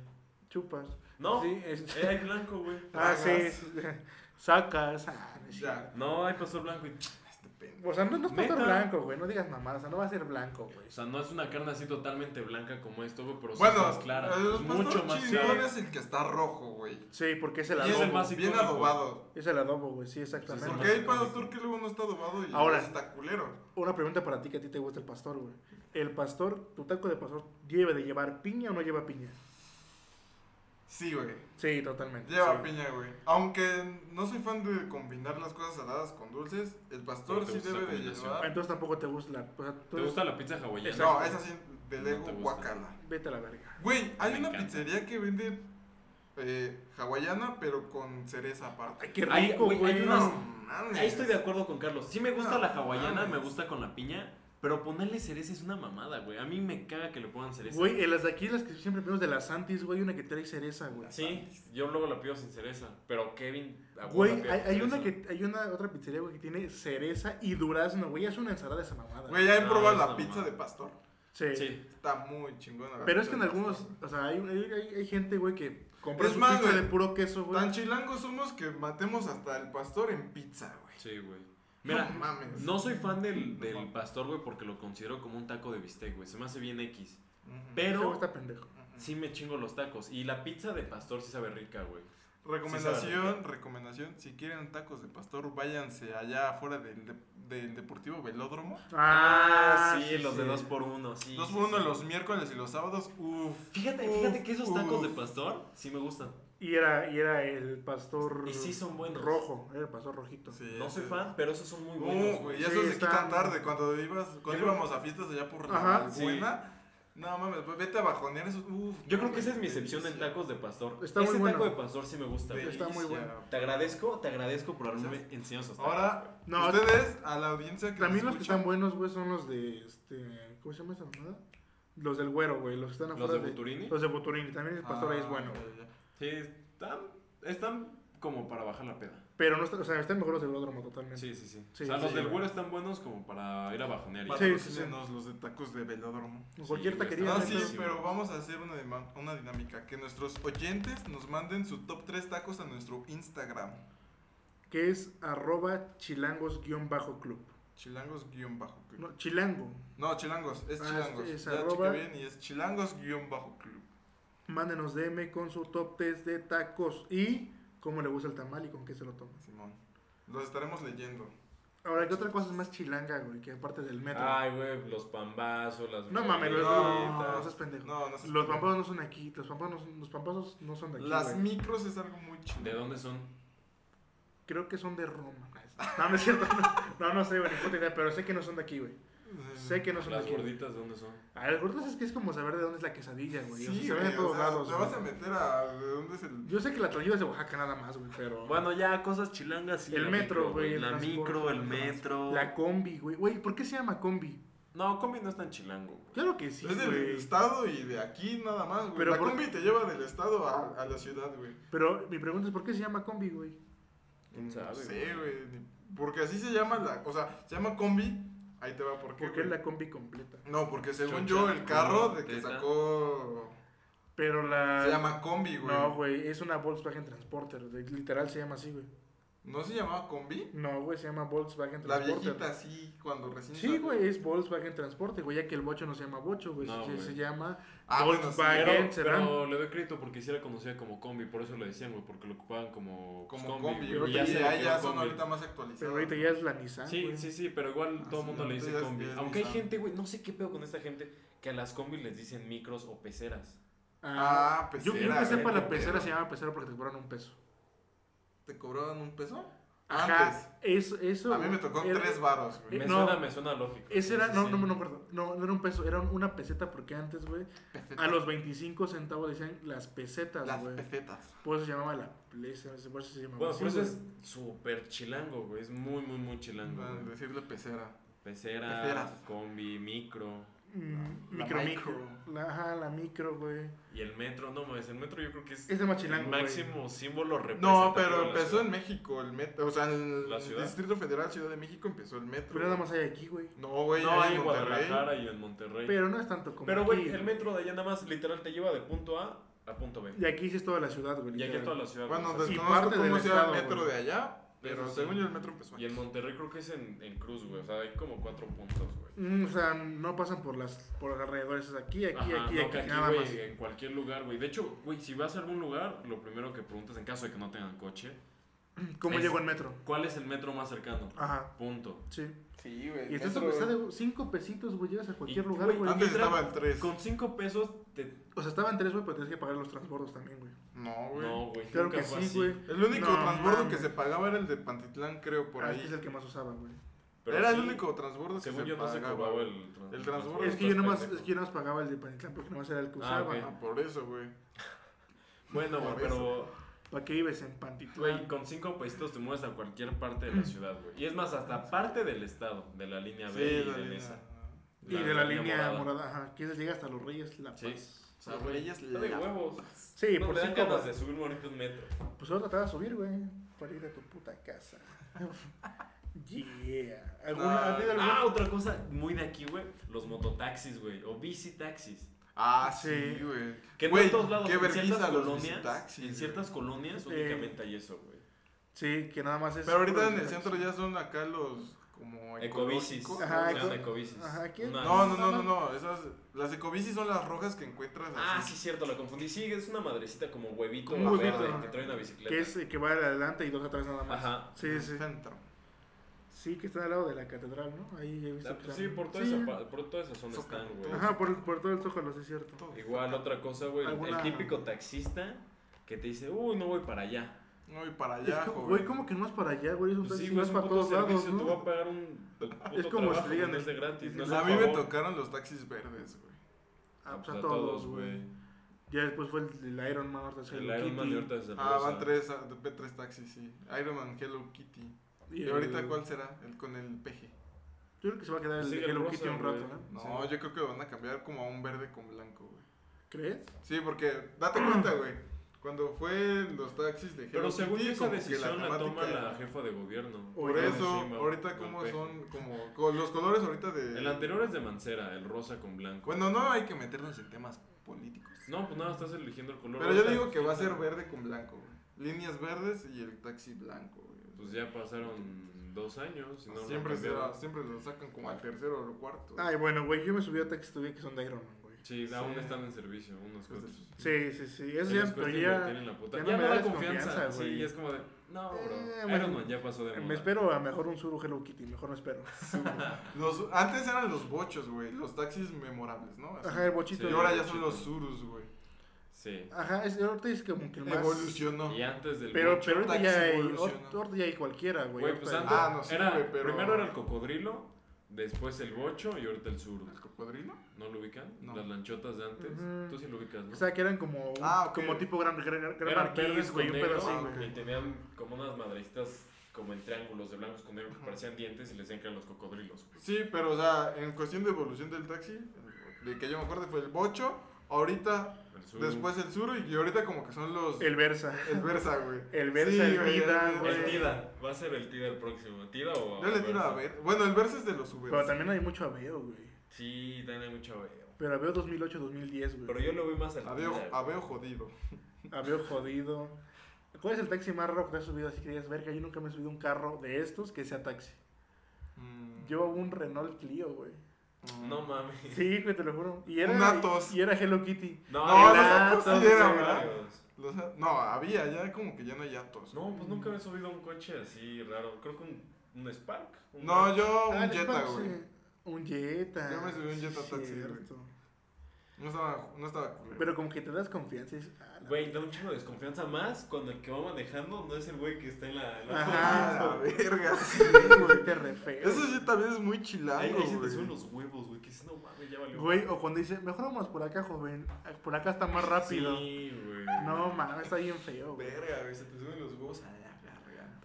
Speaker 1: chupas.
Speaker 4: No,
Speaker 1: Sí, este-
Speaker 4: eh, hay blanco, güey.
Speaker 1: Ah, sí.
Speaker 2: Tragas.
Speaker 1: sí. Sacas. ah, no es
Speaker 2: Ya,
Speaker 4: No, hay pastor blanco y
Speaker 2: este
Speaker 1: cierto.
Speaker 2: pendejo.
Speaker 1: O sea, no, no es pastor
Speaker 4: Neta.
Speaker 1: blanco, güey. No digas mamada. O sea, no va a ser blanco, güey.
Speaker 4: O sea, no es una carne así totalmente blanca como esto, güey, pero sí es
Speaker 2: Bueno, eh,
Speaker 4: más clara.
Speaker 2: el
Speaker 4: Es mucho
Speaker 2: pastor
Speaker 4: más
Speaker 2: chingón
Speaker 4: clara.
Speaker 2: es el que está rojo, güey.
Speaker 1: Sí, porque es el
Speaker 2: Y es el
Speaker 1: adobo.
Speaker 4: más
Speaker 2: bien
Speaker 4: icónico.
Speaker 2: adobado.
Speaker 1: Es el adobo, güey. Sí, exactamente.
Speaker 2: Porque
Speaker 4: más
Speaker 2: hay
Speaker 4: icónico.
Speaker 2: pastor que luego no está adobado y
Speaker 1: Ahora.
Speaker 2: luego está culero.
Speaker 1: Una pregunta para ti que a ti te gusta el pastor, güey. El pastor, tu taco de pastor, ¿lleva de llevar piña o no lleva piña?
Speaker 2: Sí, güey.
Speaker 1: Sí, totalmente.
Speaker 2: Lleva
Speaker 1: sí.
Speaker 2: piña, güey. Aunque no soy fan de combinar las cosas saladas con dulces, el pastor
Speaker 4: Pero te
Speaker 2: sí
Speaker 4: gusta
Speaker 2: debe
Speaker 4: la
Speaker 2: de
Speaker 4: combinación.
Speaker 2: llevar.
Speaker 1: Entonces tampoco te gusta la. O sea, tú
Speaker 4: ¿Te
Speaker 1: eres-
Speaker 4: gusta la pizza hawaiana?
Speaker 2: No, esa sí, de
Speaker 4: No
Speaker 2: Lego
Speaker 4: te gusta.
Speaker 2: guacala.
Speaker 1: Vete a la verga.
Speaker 2: Güey, hay
Speaker 4: Me
Speaker 2: una
Speaker 4: encanta.
Speaker 2: pizzería que vende eh, hawaiana, pero con cereza aparte.
Speaker 1: Ay, qué
Speaker 4: Ahí,
Speaker 1: rico,
Speaker 4: güey, hay
Speaker 1: güey.
Speaker 4: una-
Speaker 2: No
Speaker 4: unas-
Speaker 2: mames.
Speaker 4: Ahí estoy de acuerdo con Carlos. Sí me gusta
Speaker 2: No,
Speaker 4: la hawaiana,
Speaker 2: mames.
Speaker 4: me gusta con la piña, pero ponerle cereza es una mamada, güey. A mí me caga que le pongan cereza.
Speaker 1: Güey, en las de aquí, las que siempre pedimos de las Santis, güey, una que trae cereza, güey.
Speaker 4: Sí, yo luego la pido sin cereza, pero Kevin... a huevo la
Speaker 1: Güey,
Speaker 4: pide
Speaker 1: hay,
Speaker 4: con
Speaker 1: hay una
Speaker 4: cereza.
Speaker 1: que hay una otra pizzería güey, que tiene cereza y durazno, güey, es una ensalada de esa mamada.
Speaker 2: Güey, ya he
Speaker 4: No,
Speaker 2: probado
Speaker 4: es
Speaker 2: la
Speaker 4: una
Speaker 2: pizza
Speaker 4: mamada.
Speaker 2: de pastor.
Speaker 1: Sí.
Speaker 4: Sí.
Speaker 2: Está muy chingona. la
Speaker 1: Pero es
Speaker 2: pizza
Speaker 1: que en
Speaker 2: de
Speaker 1: algunos,
Speaker 2: Chilango.
Speaker 1: o sea, hay, hay- hay- hay gente, güey, que compra
Speaker 2: Es
Speaker 1: su
Speaker 2: más,
Speaker 1: pizza
Speaker 2: güey,
Speaker 1: de puro queso,
Speaker 4: Pues,
Speaker 1: güey.
Speaker 2: Tan chilangos somos que matemos hasta el pastor en pizza, güey.
Speaker 4: Sí, güey. Mira,
Speaker 2: No mames.
Speaker 4: no soy fan del,
Speaker 2: No
Speaker 4: del
Speaker 2: mames.
Speaker 4: pastor, güey, porque lo considero como un taco de bistec, güey. Se me hace bien X.
Speaker 2: Ujú.
Speaker 1: Ese güey
Speaker 4: Pero
Speaker 1: está pendejo.
Speaker 2: Ujú.
Speaker 4: sí me chingo los tacos. Y la pizza de pastor sí sabe rica, güey.
Speaker 2: Recomendación, recomendación. Si quieren tacos de pastor, váyanse allá afuera del, de- del Deportivo Velódromo.
Speaker 4: Ah, sí, los de
Speaker 1: sí.
Speaker 4: 2 por 1 sí.
Speaker 2: Dos
Speaker 4: sí,
Speaker 2: por uno
Speaker 4: sí.
Speaker 2: los miércoles y los sábados. Uf.
Speaker 4: Fíjate,
Speaker 2: uf,
Speaker 4: fíjate que esos tacos
Speaker 2: uf.
Speaker 4: de pastor sí me gustan.
Speaker 1: Y era, y era el pastor
Speaker 4: Y sí son buenos.
Speaker 1: rojo, era el pastor rojito.
Speaker 2: Sí,
Speaker 4: No soy
Speaker 2: sí.
Speaker 4: fan, pero esos son muy
Speaker 2: No,
Speaker 4: buenos.
Speaker 2: güey,
Speaker 4: güey.
Speaker 2: Uh, ya
Speaker 1: Sí,
Speaker 2: esos se
Speaker 1: están-
Speaker 2: quitan tarde. Cuando, ibas, cuando
Speaker 1: creo-
Speaker 2: íbamos a fiestas allá por
Speaker 1: Ajá.
Speaker 2: la buena. No mames, pues, vete a bajonear esos. uh, Uf,
Speaker 4: Yo creo
Speaker 2: no,
Speaker 4: que esa es mi
Speaker 2: delicia.
Speaker 4: excepción en tacos de pastor.
Speaker 1: Está
Speaker 4: Ese
Speaker 1: muy bueno.
Speaker 4: taco de pastor sí me gusta, güey.
Speaker 1: Está muy
Speaker 2: Delicia.
Speaker 1: bueno.
Speaker 4: Te agradezco, te agradezco por haberme enseñado esos tacos.
Speaker 2: Ahora,
Speaker 1: No,
Speaker 2: ustedes, a la audiencia que
Speaker 1: También
Speaker 2: nos
Speaker 1: los que
Speaker 2: escucha,
Speaker 1: están buenos, güey, son los de, este, ¿cómo se llama esa mamada? Los del güero, güey, los que están
Speaker 4: ¿Los
Speaker 1: afuera
Speaker 4: de Buturini?
Speaker 1: Los de Buturini, también el pastor ahí es
Speaker 2: Ah,
Speaker 1: bueno,
Speaker 2: ya,
Speaker 1: güey.
Speaker 2: ya.
Speaker 4: Sí, están, están como para bajar la peda.
Speaker 1: Pero no está, o sea, están mejor los del velódromo totalmente.
Speaker 4: Sí, sí, sí.
Speaker 1: Sí,
Speaker 4: o sea,
Speaker 1: sí,
Speaker 4: los del
Speaker 1: güey.
Speaker 4: güero están buenos como para ir a bajonear. y-
Speaker 1: Sí, sí, sí.
Speaker 2: Patrocínenos los de tacos de velódromo.
Speaker 1: O Cualquier
Speaker 4: Sí, güey,
Speaker 1: taquería.
Speaker 4: está
Speaker 2: Ah,
Speaker 1: neta.
Speaker 2: sí,
Speaker 4: buenísimo.
Speaker 2: pero vamos a hacer una, dima- una dinámica. Que nuestros oyentes nos manden su top 3 tacos a nuestro Instagram.
Speaker 1: Que es arroba chilangos-club.
Speaker 2: Chilangos-club.
Speaker 1: No, chilango.
Speaker 2: No, chilangos, es
Speaker 1: Ah,
Speaker 2: chilangos.
Speaker 1: es
Speaker 2: ya
Speaker 1: arroba-
Speaker 2: chequé bien y es chilangos-club.
Speaker 1: Mándenos DM con su top test de tacos y cómo le gusta el tamal y con qué se lo toma.
Speaker 2: Simón. Los estaremos leyendo.
Speaker 1: Ahora, ¿qué otra cosa es más chilanga, güey? Que aparte del metro.
Speaker 4: Ay, güey, los pambazos, las.
Speaker 1: no mames, los,
Speaker 2: no,
Speaker 1: no seas pendejo.
Speaker 2: No, no sé.
Speaker 1: Los pampados no son aquí, los pampados no, son- los pampados no son de aquí.
Speaker 2: Las
Speaker 1: güey.
Speaker 2: micros es algo muy chido.
Speaker 4: ¿De dónde son?
Speaker 1: Creo que son de Roma. No, no es cierto. No, no, no sé, güey, ni puta idea, pero sé que no son de aquí, güey. Sé que no son de
Speaker 4: Las
Speaker 1: aquí. güey.
Speaker 4: gorditas, ¿de dónde son?
Speaker 1: A las gorditas es que es como saber de dónde es la quesadilla, güey. o sea,
Speaker 2: Sí,
Speaker 1: se ven
Speaker 2: güey,
Speaker 1: de todos
Speaker 2: o sea,
Speaker 1: lados.
Speaker 2: Te vas a
Speaker 1: güey.
Speaker 2: meter a. ¿De dónde es el.?
Speaker 1: Yo sé que la tlayuda es de Oaxaca nada más, güey, pero.
Speaker 4: Bueno, ya cosas chilangas y
Speaker 1: el
Speaker 4: la
Speaker 1: metro,
Speaker 4: micro,
Speaker 1: güey. el
Speaker 4: La
Speaker 1: transporte,
Speaker 4: micro, el
Speaker 1: la trans-
Speaker 4: metro.
Speaker 1: La combi, güey. Güey, ¿por qué se llama combi?
Speaker 4: No, combi no es tan chilango, güey.
Speaker 1: Claro que sí,
Speaker 2: es del
Speaker 1: güey.
Speaker 2: estado y de aquí nada más, güey.
Speaker 1: Pero
Speaker 2: la
Speaker 1: por-
Speaker 2: combi te lleva del estado a, a la ciudad, güey.
Speaker 1: Pero mi pregunta es, ¿por qué se llama combi, güey?
Speaker 4: ¿Quién sabe,
Speaker 2: No sé, güey. ni- Porque así se llama la. O sea, se llama combi. Ahí te va, ¿por qué?
Speaker 1: Porque es
Speaker 2: güey?
Speaker 1: la combi completa.
Speaker 2: No, porque según
Speaker 4: Choncha,
Speaker 2: yo, el carro
Speaker 4: culo,
Speaker 2: de que
Speaker 4: teta.
Speaker 2: sacó.
Speaker 1: Pero la...
Speaker 2: Se llama combi, güey.
Speaker 1: Ah, No, güey, es una Volkswagen Transporter. de- Literal se llama así, güey.
Speaker 2: ¿No se llamaba combi?
Speaker 1: No, güey, se llama Volkswagen
Speaker 2: La
Speaker 1: Transporter.
Speaker 2: viejita, sí, cuando recién.
Speaker 1: Sí,
Speaker 2: salió.
Speaker 1: güey, es Volkswagen Transporte, güey, ya que el bocho no se llama bocho, güey,
Speaker 4: No,
Speaker 1: se,
Speaker 4: güey.
Speaker 1: se llama
Speaker 2: Ah, bueno, sí.
Speaker 1: Volkswagen
Speaker 4: Pero,
Speaker 1: Sedán.
Speaker 4: pero le doy crédito porque sí era conocida como combi, por eso le decían, güey, porque lo ocupaban como, pues,
Speaker 2: Como combi,
Speaker 4: güey,
Speaker 2: güey.
Speaker 4: y
Speaker 2: Ya,
Speaker 4: se le
Speaker 2: ya,
Speaker 4: quedó
Speaker 2: son
Speaker 4: combi.
Speaker 2: ahorita más actualizadas.
Speaker 1: Pero ahorita ya es la Nissan,
Speaker 4: Sí,
Speaker 1: güey.
Speaker 4: sí, sí, pero igual
Speaker 2: Ah,
Speaker 4: todo
Speaker 2: sí,
Speaker 4: el mundo le dice
Speaker 2: entonces
Speaker 4: combi.
Speaker 2: ya es
Speaker 4: Aunque hay
Speaker 2: Nissan.
Speaker 4: gente, güey, no sé qué pedo con esta gente, que a las combis les dicen micros o peceras.
Speaker 1: Ah,
Speaker 2: Ah,
Speaker 1: yo
Speaker 4: pues
Speaker 2: pecera.
Speaker 1: quiero que sepa
Speaker 2: güey,
Speaker 1: la
Speaker 2: qué
Speaker 1: pecera
Speaker 2: pedo.
Speaker 1: se llama pecera porque te cobran un peso.
Speaker 2: ¿Te cobraban un peso? Antes.
Speaker 1: Ajá, eso, eso.
Speaker 2: A mí me tocó
Speaker 1: era-
Speaker 2: tres varos,
Speaker 1: Eh,
Speaker 2: güey.
Speaker 4: Me
Speaker 1: no.
Speaker 4: suena, me suena lógico.
Speaker 1: Ese era,
Speaker 4: Sí,
Speaker 1: no,
Speaker 4: sí.
Speaker 1: no me acuerdo, no, no era un peso, era una peseta porque antes, güey, a los 25 centavos decían las pesetas,
Speaker 2: Las
Speaker 1: güey.
Speaker 2: pesetas.
Speaker 1: Por eso se llamaba la plesa, por eso se llamaba
Speaker 4: Bueno,
Speaker 1: así,
Speaker 4: por eso
Speaker 1: güey.
Speaker 4: es súper chilango, güey. Es muy, muy, muy chilango.
Speaker 2: Al
Speaker 4: güey.
Speaker 2: Decirle pecera.
Speaker 4: Pecera,
Speaker 2: Ah, Peceras.
Speaker 4: combi, micro.
Speaker 1: Mm,
Speaker 2: la
Speaker 1: micro,
Speaker 2: micro.
Speaker 1: micro. La, ajá, la micro, güey.
Speaker 4: Y el metro, no mames, el metro yo creo que es
Speaker 1: Es de
Speaker 4: el
Speaker 1: machilango, güey.
Speaker 4: máximo símbolo representativo.
Speaker 2: No, pero
Speaker 4: de la
Speaker 2: empezó
Speaker 4: ciudad.
Speaker 2: en México el metro. O sea, en
Speaker 4: La
Speaker 2: el
Speaker 4: ciudad.
Speaker 2: Distrito Federal, Ciudad de México, empezó el metro.
Speaker 1: Pero nada más hay aquí, güey.
Speaker 2: No, güey,
Speaker 4: No,
Speaker 2: ahí
Speaker 4: hay
Speaker 2: en
Speaker 4: en
Speaker 2: Monterrey.
Speaker 4: Guadalajara y en Monterrey.
Speaker 1: Pero no es tanto como
Speaker 4: Pero,
Speaker 1: aquí,
Speaker 4: güey, el metro de allá nada más literal te lleva de punto A a punto B.
Speaker 1: Y aquí sí es toda la ciudad, güey.
Speaker 4: Y aquí
Speaker 1: literal.
Speaker 4: es toda la ciudad.
Speaker 2: Bueno,
Speaker 4: güey. O sea,
Speaker 1: Y
Speaker 2: desconozco
Speaker 1: parte del
Speaker 2: cómo sea el
Speaker 1: estado,
Speaker 2: metro
Speaker 1: güey.
Speaker 2: de allá, pero
Speaker 4: Eso sí.
Speaker 2: según yo el metro empezó
Speaker 4: Y en
Speaker 2: aquí.
Speaker 4: Monterrey creo que es en, en Cruz, güey. O sea, hay como cuatro puntos, güey.
Speaker 1: Mm, o sea, no pasan por las por los alrededores. Es aquí, aquí,
Speaker 4: Ajá,
Speaker 1: aquí,
Speaker 4: no,
Speaker 1: aquí,
Speaker 4: que aquí,
Speaker 1: nada
Speaker 4: güey, eh,
Speaker 1: más.
Speaker 4: en cualquier lugar, güey. De hecho, güey, si vas a algún lugar, lo primero que preguntas, en caso de que no tengan coche,
Speaker 1: ¿Cómo
Speaker 4: es-
Speaker 1: llego en metro?
Speaker 4: ¿cuál es el metro más cercano?
Speaker 1: Ajá,
Speaker 4: Punto.
Speaker 1: sí.
Speaker 2: Sí, güey.
Speaker 1: Y está
Speaker 2: metro,
Speaker 1: está de 5 pesitos, güey. Llegas a cualquier
Speaker 4: Y,
Speaker 1: lugar,
Speaker 4: güey,
Speaker 1: güey.
Speaker 2: Antes
Speaker 4: Literal,
Speaker 2: estaba el 3.
Speaker 4: Con cinco pesos te...
Speaker 1: O sea, estaban tres, güey, pero tenías que pagar los transbordos también, güey.
Speaker 2: No, güey.
Speaker 4: No, güey,
Speaker 1: Claro
Speaker 4: nunca
Speaker 1: que
Speaker 4: fue
Speaker 1: sí,
Speaker 4: así.
Speaker 1: güey.
Speaker 2: El único
Speaker 1: No,
Speaker 2: transbordo que
Speaker 1: mames.
Speaker 2: se pagaba era el de Pantitlán, creo, por
Speaker 1: Ah,
Speaker 2: ahí.
Speaker 1: Es que es el que más usaba, güey.
Speaker 4: Pero
Speaker 2: era el
Speaker 4: sí,
Speaker 2: único transbordo que
Speaker 4: Según
Speaker 2: se
Speaker 4: yo no se
Speaker 2: pagaba.
Speaker 4: cobraba el... trans-
Speaker 2: El transbordo.
Speaker 1: Es que, yo nomás,
Speaker 4: pendejo.
Speaker 1: es que yo nomás pagaba el de Panitlán porque nomás era el que
Speaker 4: Ah,
Speaker 1: usaba.
Speaker 4: ok.
Speaker 2: Ah, por eso, güey.
Speaker 4: Bueno, güey,
Speaker 2: Por
Speaker 4: pero...
Speaker 1: ¿Para qué vives en Pantitlán?
Speaker 4: Güey, con cinco pesitos te mueves a cualquier parte
Speaker 1: Mm.
Speaker 4: de la ciudad, güey. Y es más, hasta parte del estado, de la línea B
Speaker 2: Sí,
Speaker 4: y
Speaker 2: la
Speaker 4: de
Speaker 2: línea.
Speaker 4: Nesa.
Speaker 1: y de la, línea morada. ajá. Que llega hasta los Reyes La Paz.
Speaker 4: Sí.
Speaker 2: O sea, güey, ellas
Speaker 4: Está de
Speaker 2: la-
Speaker 4: huevos.
Speaker 1: Sí,
Speaker 4: no,
Speaker 1: por
Speaker 4: me dan
Speaker 1: cinco
Speaker 4: ganas
Speaker 1: ba-
Speaker 4: de subirme ahorita un metro.
Speaker 1: Pues ahora te vas a subir, güey, para ir a tu puta casa. Yeah. ¿Alguna,
Speaker 2: No,
Speaker 1: ¿Ha habido alguna?
Speaker 4: Ah, otra cosa muy de aquí, güey. Los mototaxis, güey. O bici taxis.
Speaker 2: Ah,
Speaker 1: Sí.
Speaker 2: sí, güey.
Speaker 4: Que no
Speaker 2: Güey,
Speaker 4: en todos lados.
Speaker 2: qué
Speaker 4: en ciertas
Speaker 2: vergüenza los
Speaker 4: colonias.
Speaker 2: visitaxis,
Speaker 4: en
Speaker 2: güey.
Speaker 4: ciertas colonias
Speaker 1: Sí.
Speaker 4: únicamente hay eso, güey.
Speaker 1: Sí, que nada más es.
Speaker 2: Pero ahorita
Speaker 1: puro
Speaker 2: en el
Speaker 1: taxi.
Speaker 2: centro ya son acá los como
Speaker 4: Ecobicis.
Speaker 2: ecológicos.
Speaker 1: Ajá,
Speaker 4: Ajá,
Speaker 1: eco-
Speaker 4: ecobicis.
Speaker 1: ajá, aquí-
Speaker 4: Una-
Speaker 2: No, no, no, no, no. Esas, las ecobicis son las rojas que encuentras
Speaker 4: Ah,
Speaker 2: así.
Speaker 4: sí, cierto, la confundí. Sí, es una madrecita como huevito
Speaker 1: Como
Speaker 4: verde
Speaker 1: huevito, ajá.
Speaker 4: que trae una bicicleta.
Speaker 1: Que es eh, que va adelante y dos atrás nada más.
Speaker 4: Ajá.
Speaker 1: Sí, sí.
Speaker 2: Centro.
Speaker 1: Sí, que está al lado de la catedral, ¿no? Ahí he visto
Speaker 4: La-
Speaker 1: que están-
Speaker 4: sí, por toda, Esa, pa- por toda esa zona
Speaker 2: Zócalo,
Speaker 4: están,
Speaker 2: todo.
Speaker 4: güey.
Speaker 1: Ajá, por, por todo el Zócalo, sí es cierto.
Speaker 2: Todo.
Speaker 4: Igual, otra cosa, güey. el-
Speaker 1: Alguna-
Speaker 4: El típico taxista que te dice, uy, no voy para allá.
Speaker 2: No, y para
Speaker 1: Es
Speaker 2: allá,
Speaker 1: que,
Speaker 2: joven.
Speaker 1: güey, ¿cómo que no es para allá, güey? Es un
Speaker 4: Pues
Speaker 1: taxi,
Speaker 4: sí,
Speaker 1: vas
Speaker 4: güey, es un
Speaker 1: para
Speaker 4: puto
Speaker 1: todos lados,
Speaker 4: servicio,
Speaker 1: ¿no?
Speaker 4: te va a pagar un puto
Speaker 1: Es como
Speaker 4: trabajo,
Speaker 1: si digan
Speaker 4: no
Speaker 1: el-
Speaker 4: es de gratis, no es
Speaker 2: A
Speaker 4: un
Speaker 2: mí me
Speaker 4: favor.
Speaker 2: tocaron los taxis verdes, güey.
Speaker 1: Ah, pues a todos, güey. Ya después fue el, el Iron Man, ahorita es
Speaker 4: El
Speaker 1: Hello
Speaker 4: Iron Man
Speaker 1: Kitty.
Speaker 4: de ahorita es de
Speaker 2: Ah,
Speaker 4: rosa.
Speaker 2: van tres, ah, ve tres taxis, sí. Iron Man, Hello Kitty. ¿Y,
Speaker 1: el-
Speaker 2: ahorita cuál será? El con el peje.
Speaker 1: Yo creo que se va a quedar el
Speaker 4: Sigue el
Speaker 1: Hello
Speaker 4: rosa,
Speaker 1: Kitty un
Speaker 4: güey.
Speaker 1: rato, ¿no?
Speaker 2: No, yo creo que lo van a cambiar como a un verde con blanco, güey.
Speaker 1: ¿Crees?
Speaker 2: Sí, porque date cuenta, güey. Cuando fue los taxis de Hello
Speaker 4: Pero según
Speaker 2: Kitty,
Speaker 4: yo, esa
Speaker 2: como que
Speaker 4: decisión la,
Speaker 2: temática
Speaker 4: toma
Speaker 2: era-
Speaker 4: la jefa de gobierno.
Speaker 1: Por
Speaker 2: Por
Speaker 1: Oye,
Speaker 2: eso,
Speaker 4: Sheinbaum,
Speaker 2: ahorita
Speaker 4: con
Speaker 2: como
Speaker 4: peje.
Speaker 2: son, como con los colores ahorita de...
Speaker 4: El anterior es de Mancera, el rosa con blanco.
Speaker 2: Bueno, no hay que meternos en temas políticos.
Speaker 4: No, pues nada, estás eligiendo el color.
Speaker 2: Pero yo
Speaker 4: Ahorita,
Speaker 2: digo que va a
Speaker 4: pues,
Speaker 2: ser verde con blanco, güey. Líneas verdes y el taxi blanco, güey.
Speaker 4: Pues ya pasaron dos años. y no lo
Speaker 2: siempre, se
Speaker 4: cambiaron.
Speaker 2: va- siempre lo sacan como al tercero o al cuarto.
Speaker 1: Ay, bueno, güey, yo me subí a taxis tuve que son de Iron Man, güey.
Speaker 4: Sí,
Speaker 2: Sí.
Speaker 4: aún están en servicio, unos
Speaker 2: Pues,
Speaker 4: cuantos.
Speaker 1: Sí, sí, sí. eh, Eso
Speaker 4: Sí,
Speaker 1: ya,
Speaker 4: nos
Speaker 1: pero
Speaker 4: cuesta invertir
Speaker 1: ya...
Speaker 4: en la puta.
Speaker 1: ya
Speaker 4: Ya,
Speaker 1: no me
Speaker 4: me
Speaker 1: da
Speaker 4: da confianza.
Speaker 1: desconfianza, güey.
Speaker 4: sí, es como de. No, bro.
Speaker 1: Eh,
Speaker 4: Iron
Speaker 1: bueno,
Speaker 4: Man ya pasó de moda.
Speaker 1: Me espero a mejor un Zuru Hello Kitty, mejor me espero.
Speaker 2: Los, antes eran los bochos, güey. Los taxis memorables, ¿no? Así.
Speaker 1: Ajá, el bochito.
Speaker 2: y
Speaker 4: Sí.
Speaker 2: ahora ya son los surus, güey.
Speaker 4: Sí.
Speaker 1: Ajá, es, ahorita es como que el más...
Speaker 2: Evolucionó.
Speaker 4: Y antes del.
Speaker 1: Pero,
Speaker 4: bocho,
Speaker 1: pero ahorita, ya
Speaker 2: Taxi
Speaker 1: hay,
Speaker 2: evolucionó.
Speaker 1: ahorita ya hay cualquiera, güey.
Speaker 4: Güey, pues
Speaker 1: Ahorita-
Speaker 4: antes.
Speaker 2: Ah, no, sí,
Speaker 4: era-
Speaker 2: güey, pero-
Speaker 4: Primero era el cocodrilo, después el bocho y ahorita el sur.
Speaker 2: ¿El cocodrilo?
Speaker 4: ¿No lo ubican?
Speaker 2: No.
Speaker 4: Las lanchotas de antes.
Speaker 1: Ujú.
Speaker 4: Tú sí lo ubicas, ¿no?
Speaker 1: O sea, que eran como,
Speaker 2: Ah, ok.
Speaker 1: como tipo Gran, gran, gran
Speaker 4: Eran
Speaker 1: Marquis,
Speaker 4: verdes
Speaker 1: güey,
Speaker 4: con
Speaker 1: un pedo
Speaker 4: negro
Speaker 1: así,
Speaker 2: ah,
Speaker 1: güey.
Speaker 2: ok.
Speaker 4: y tenían como unas madrecitas como en triángulos de blancos con negro que parecían dientes y les decían que eran los cocodrilos. güey.
Speaker 2: Sí, pero o sea, en cuestión de evolución del taxi, el- de que yo me acuerdo fue el bocho, ahorita,
Speaker 4: El Zuru.
Speaker 2: después el suru y ahorita como que son los...
Speaker 1: El Versa.
Speaker 2: el Versa, güey.
Speaker 1: El Versa, el
Speaker 2: güey,
Speaker 1: Tida,
Speaker 2: el-
Speaker 1: güey.
Speaker 4: El Tida. Va a ser el Tida el próximo. ¿Tida o.?
Speaker 2: Yo le tiro a
Speaker 4: Versa?
Speaker 2: ver. Bueno, el Versa es de los Uber.
Speaker 1: Pero también hay mucho Aveo, güey.
Speaker 4: Sí, también hay mucho aveo.
Speaker 1: Pero Aveo 2008-2010,
Speaker 4: Pero
Speaker 1: güey.
Speaker 4: yo lo veo más al
Speaker 2: Aveo,
Speaker 4: Tida, güey.
Speaker 2: aveo jodido.
Speaker 1: Aveo jodido. ¿Cuál es el taxi más raro que te has subido así que digas, verga, yo nunca me he subido a un carro de estos que sea taxi?
Speaker 2: Mm.
Speaker 1: Yo un Renault Clio, güey.
Speaker 2: Mm.
Speaker 4: No mames.
Speaker 1: Sí, güey, te lo juro. Y era,
Speaker 2: Un Atos.
Speaker 1: Y era Hello Kitty.
Speaker 4: No,
Speaker 2: No,
Speaker 4: el
Speaker 2: no,
Speaker 4: Atos,
Speaker 2: sí era,
Speaker 4: güey.
Speaker 2: ¿verdad? Los- no, había, ya como que ya no hay atos.
Speaker 4: No, pues nunca me he subido a un coche así raro. Creo que un, un Spark. un-
Speaker 2: No, yo un
Speaker 1: Ah, el
Speaker 2: Jetta,
Speaker 1: Spark,
Speaker 2: güey.
Speaker 1: sí. Un Jetta.
Speaker 2: Yo me subí a un Jetta
Speaker 1: Sí,
Speaker 2: taxi, güey.
Speaker 1: cierto.
Speaker 2: No estaba, no estaba culero.
Speaker 1: Pero como que te das confianza y dices, ah, la
Speaker 4: Güey, da un chingo de desconfianza más cuando el que va manejando no es el güey que está en la. la-
Speaker 1: Ajá.
Speaker 2: Ah, la verga, sí,
Speaker 1: güey,
Speaker 2: güey.
Speaker 1: te re feo.
Speaker 2: Eso sí también es muy
Speaker 4: Ahí,
Speaker 2: chilango,
Speaker 4: ahí se te suben
Speaker 2: güey.
Speaker 4: los huevos, güey. Que dices, no mames, ya valió.
Speaker 1: Güey, o cuando dice, mejor vamos por acá, joven. Por acá está más rápido.
Speaker 4: Sí, güey.
Speaker 1: No, mames, está bien feo, güey.
Speaker 2: Verga, güey, se te suben los huevos a la garganta.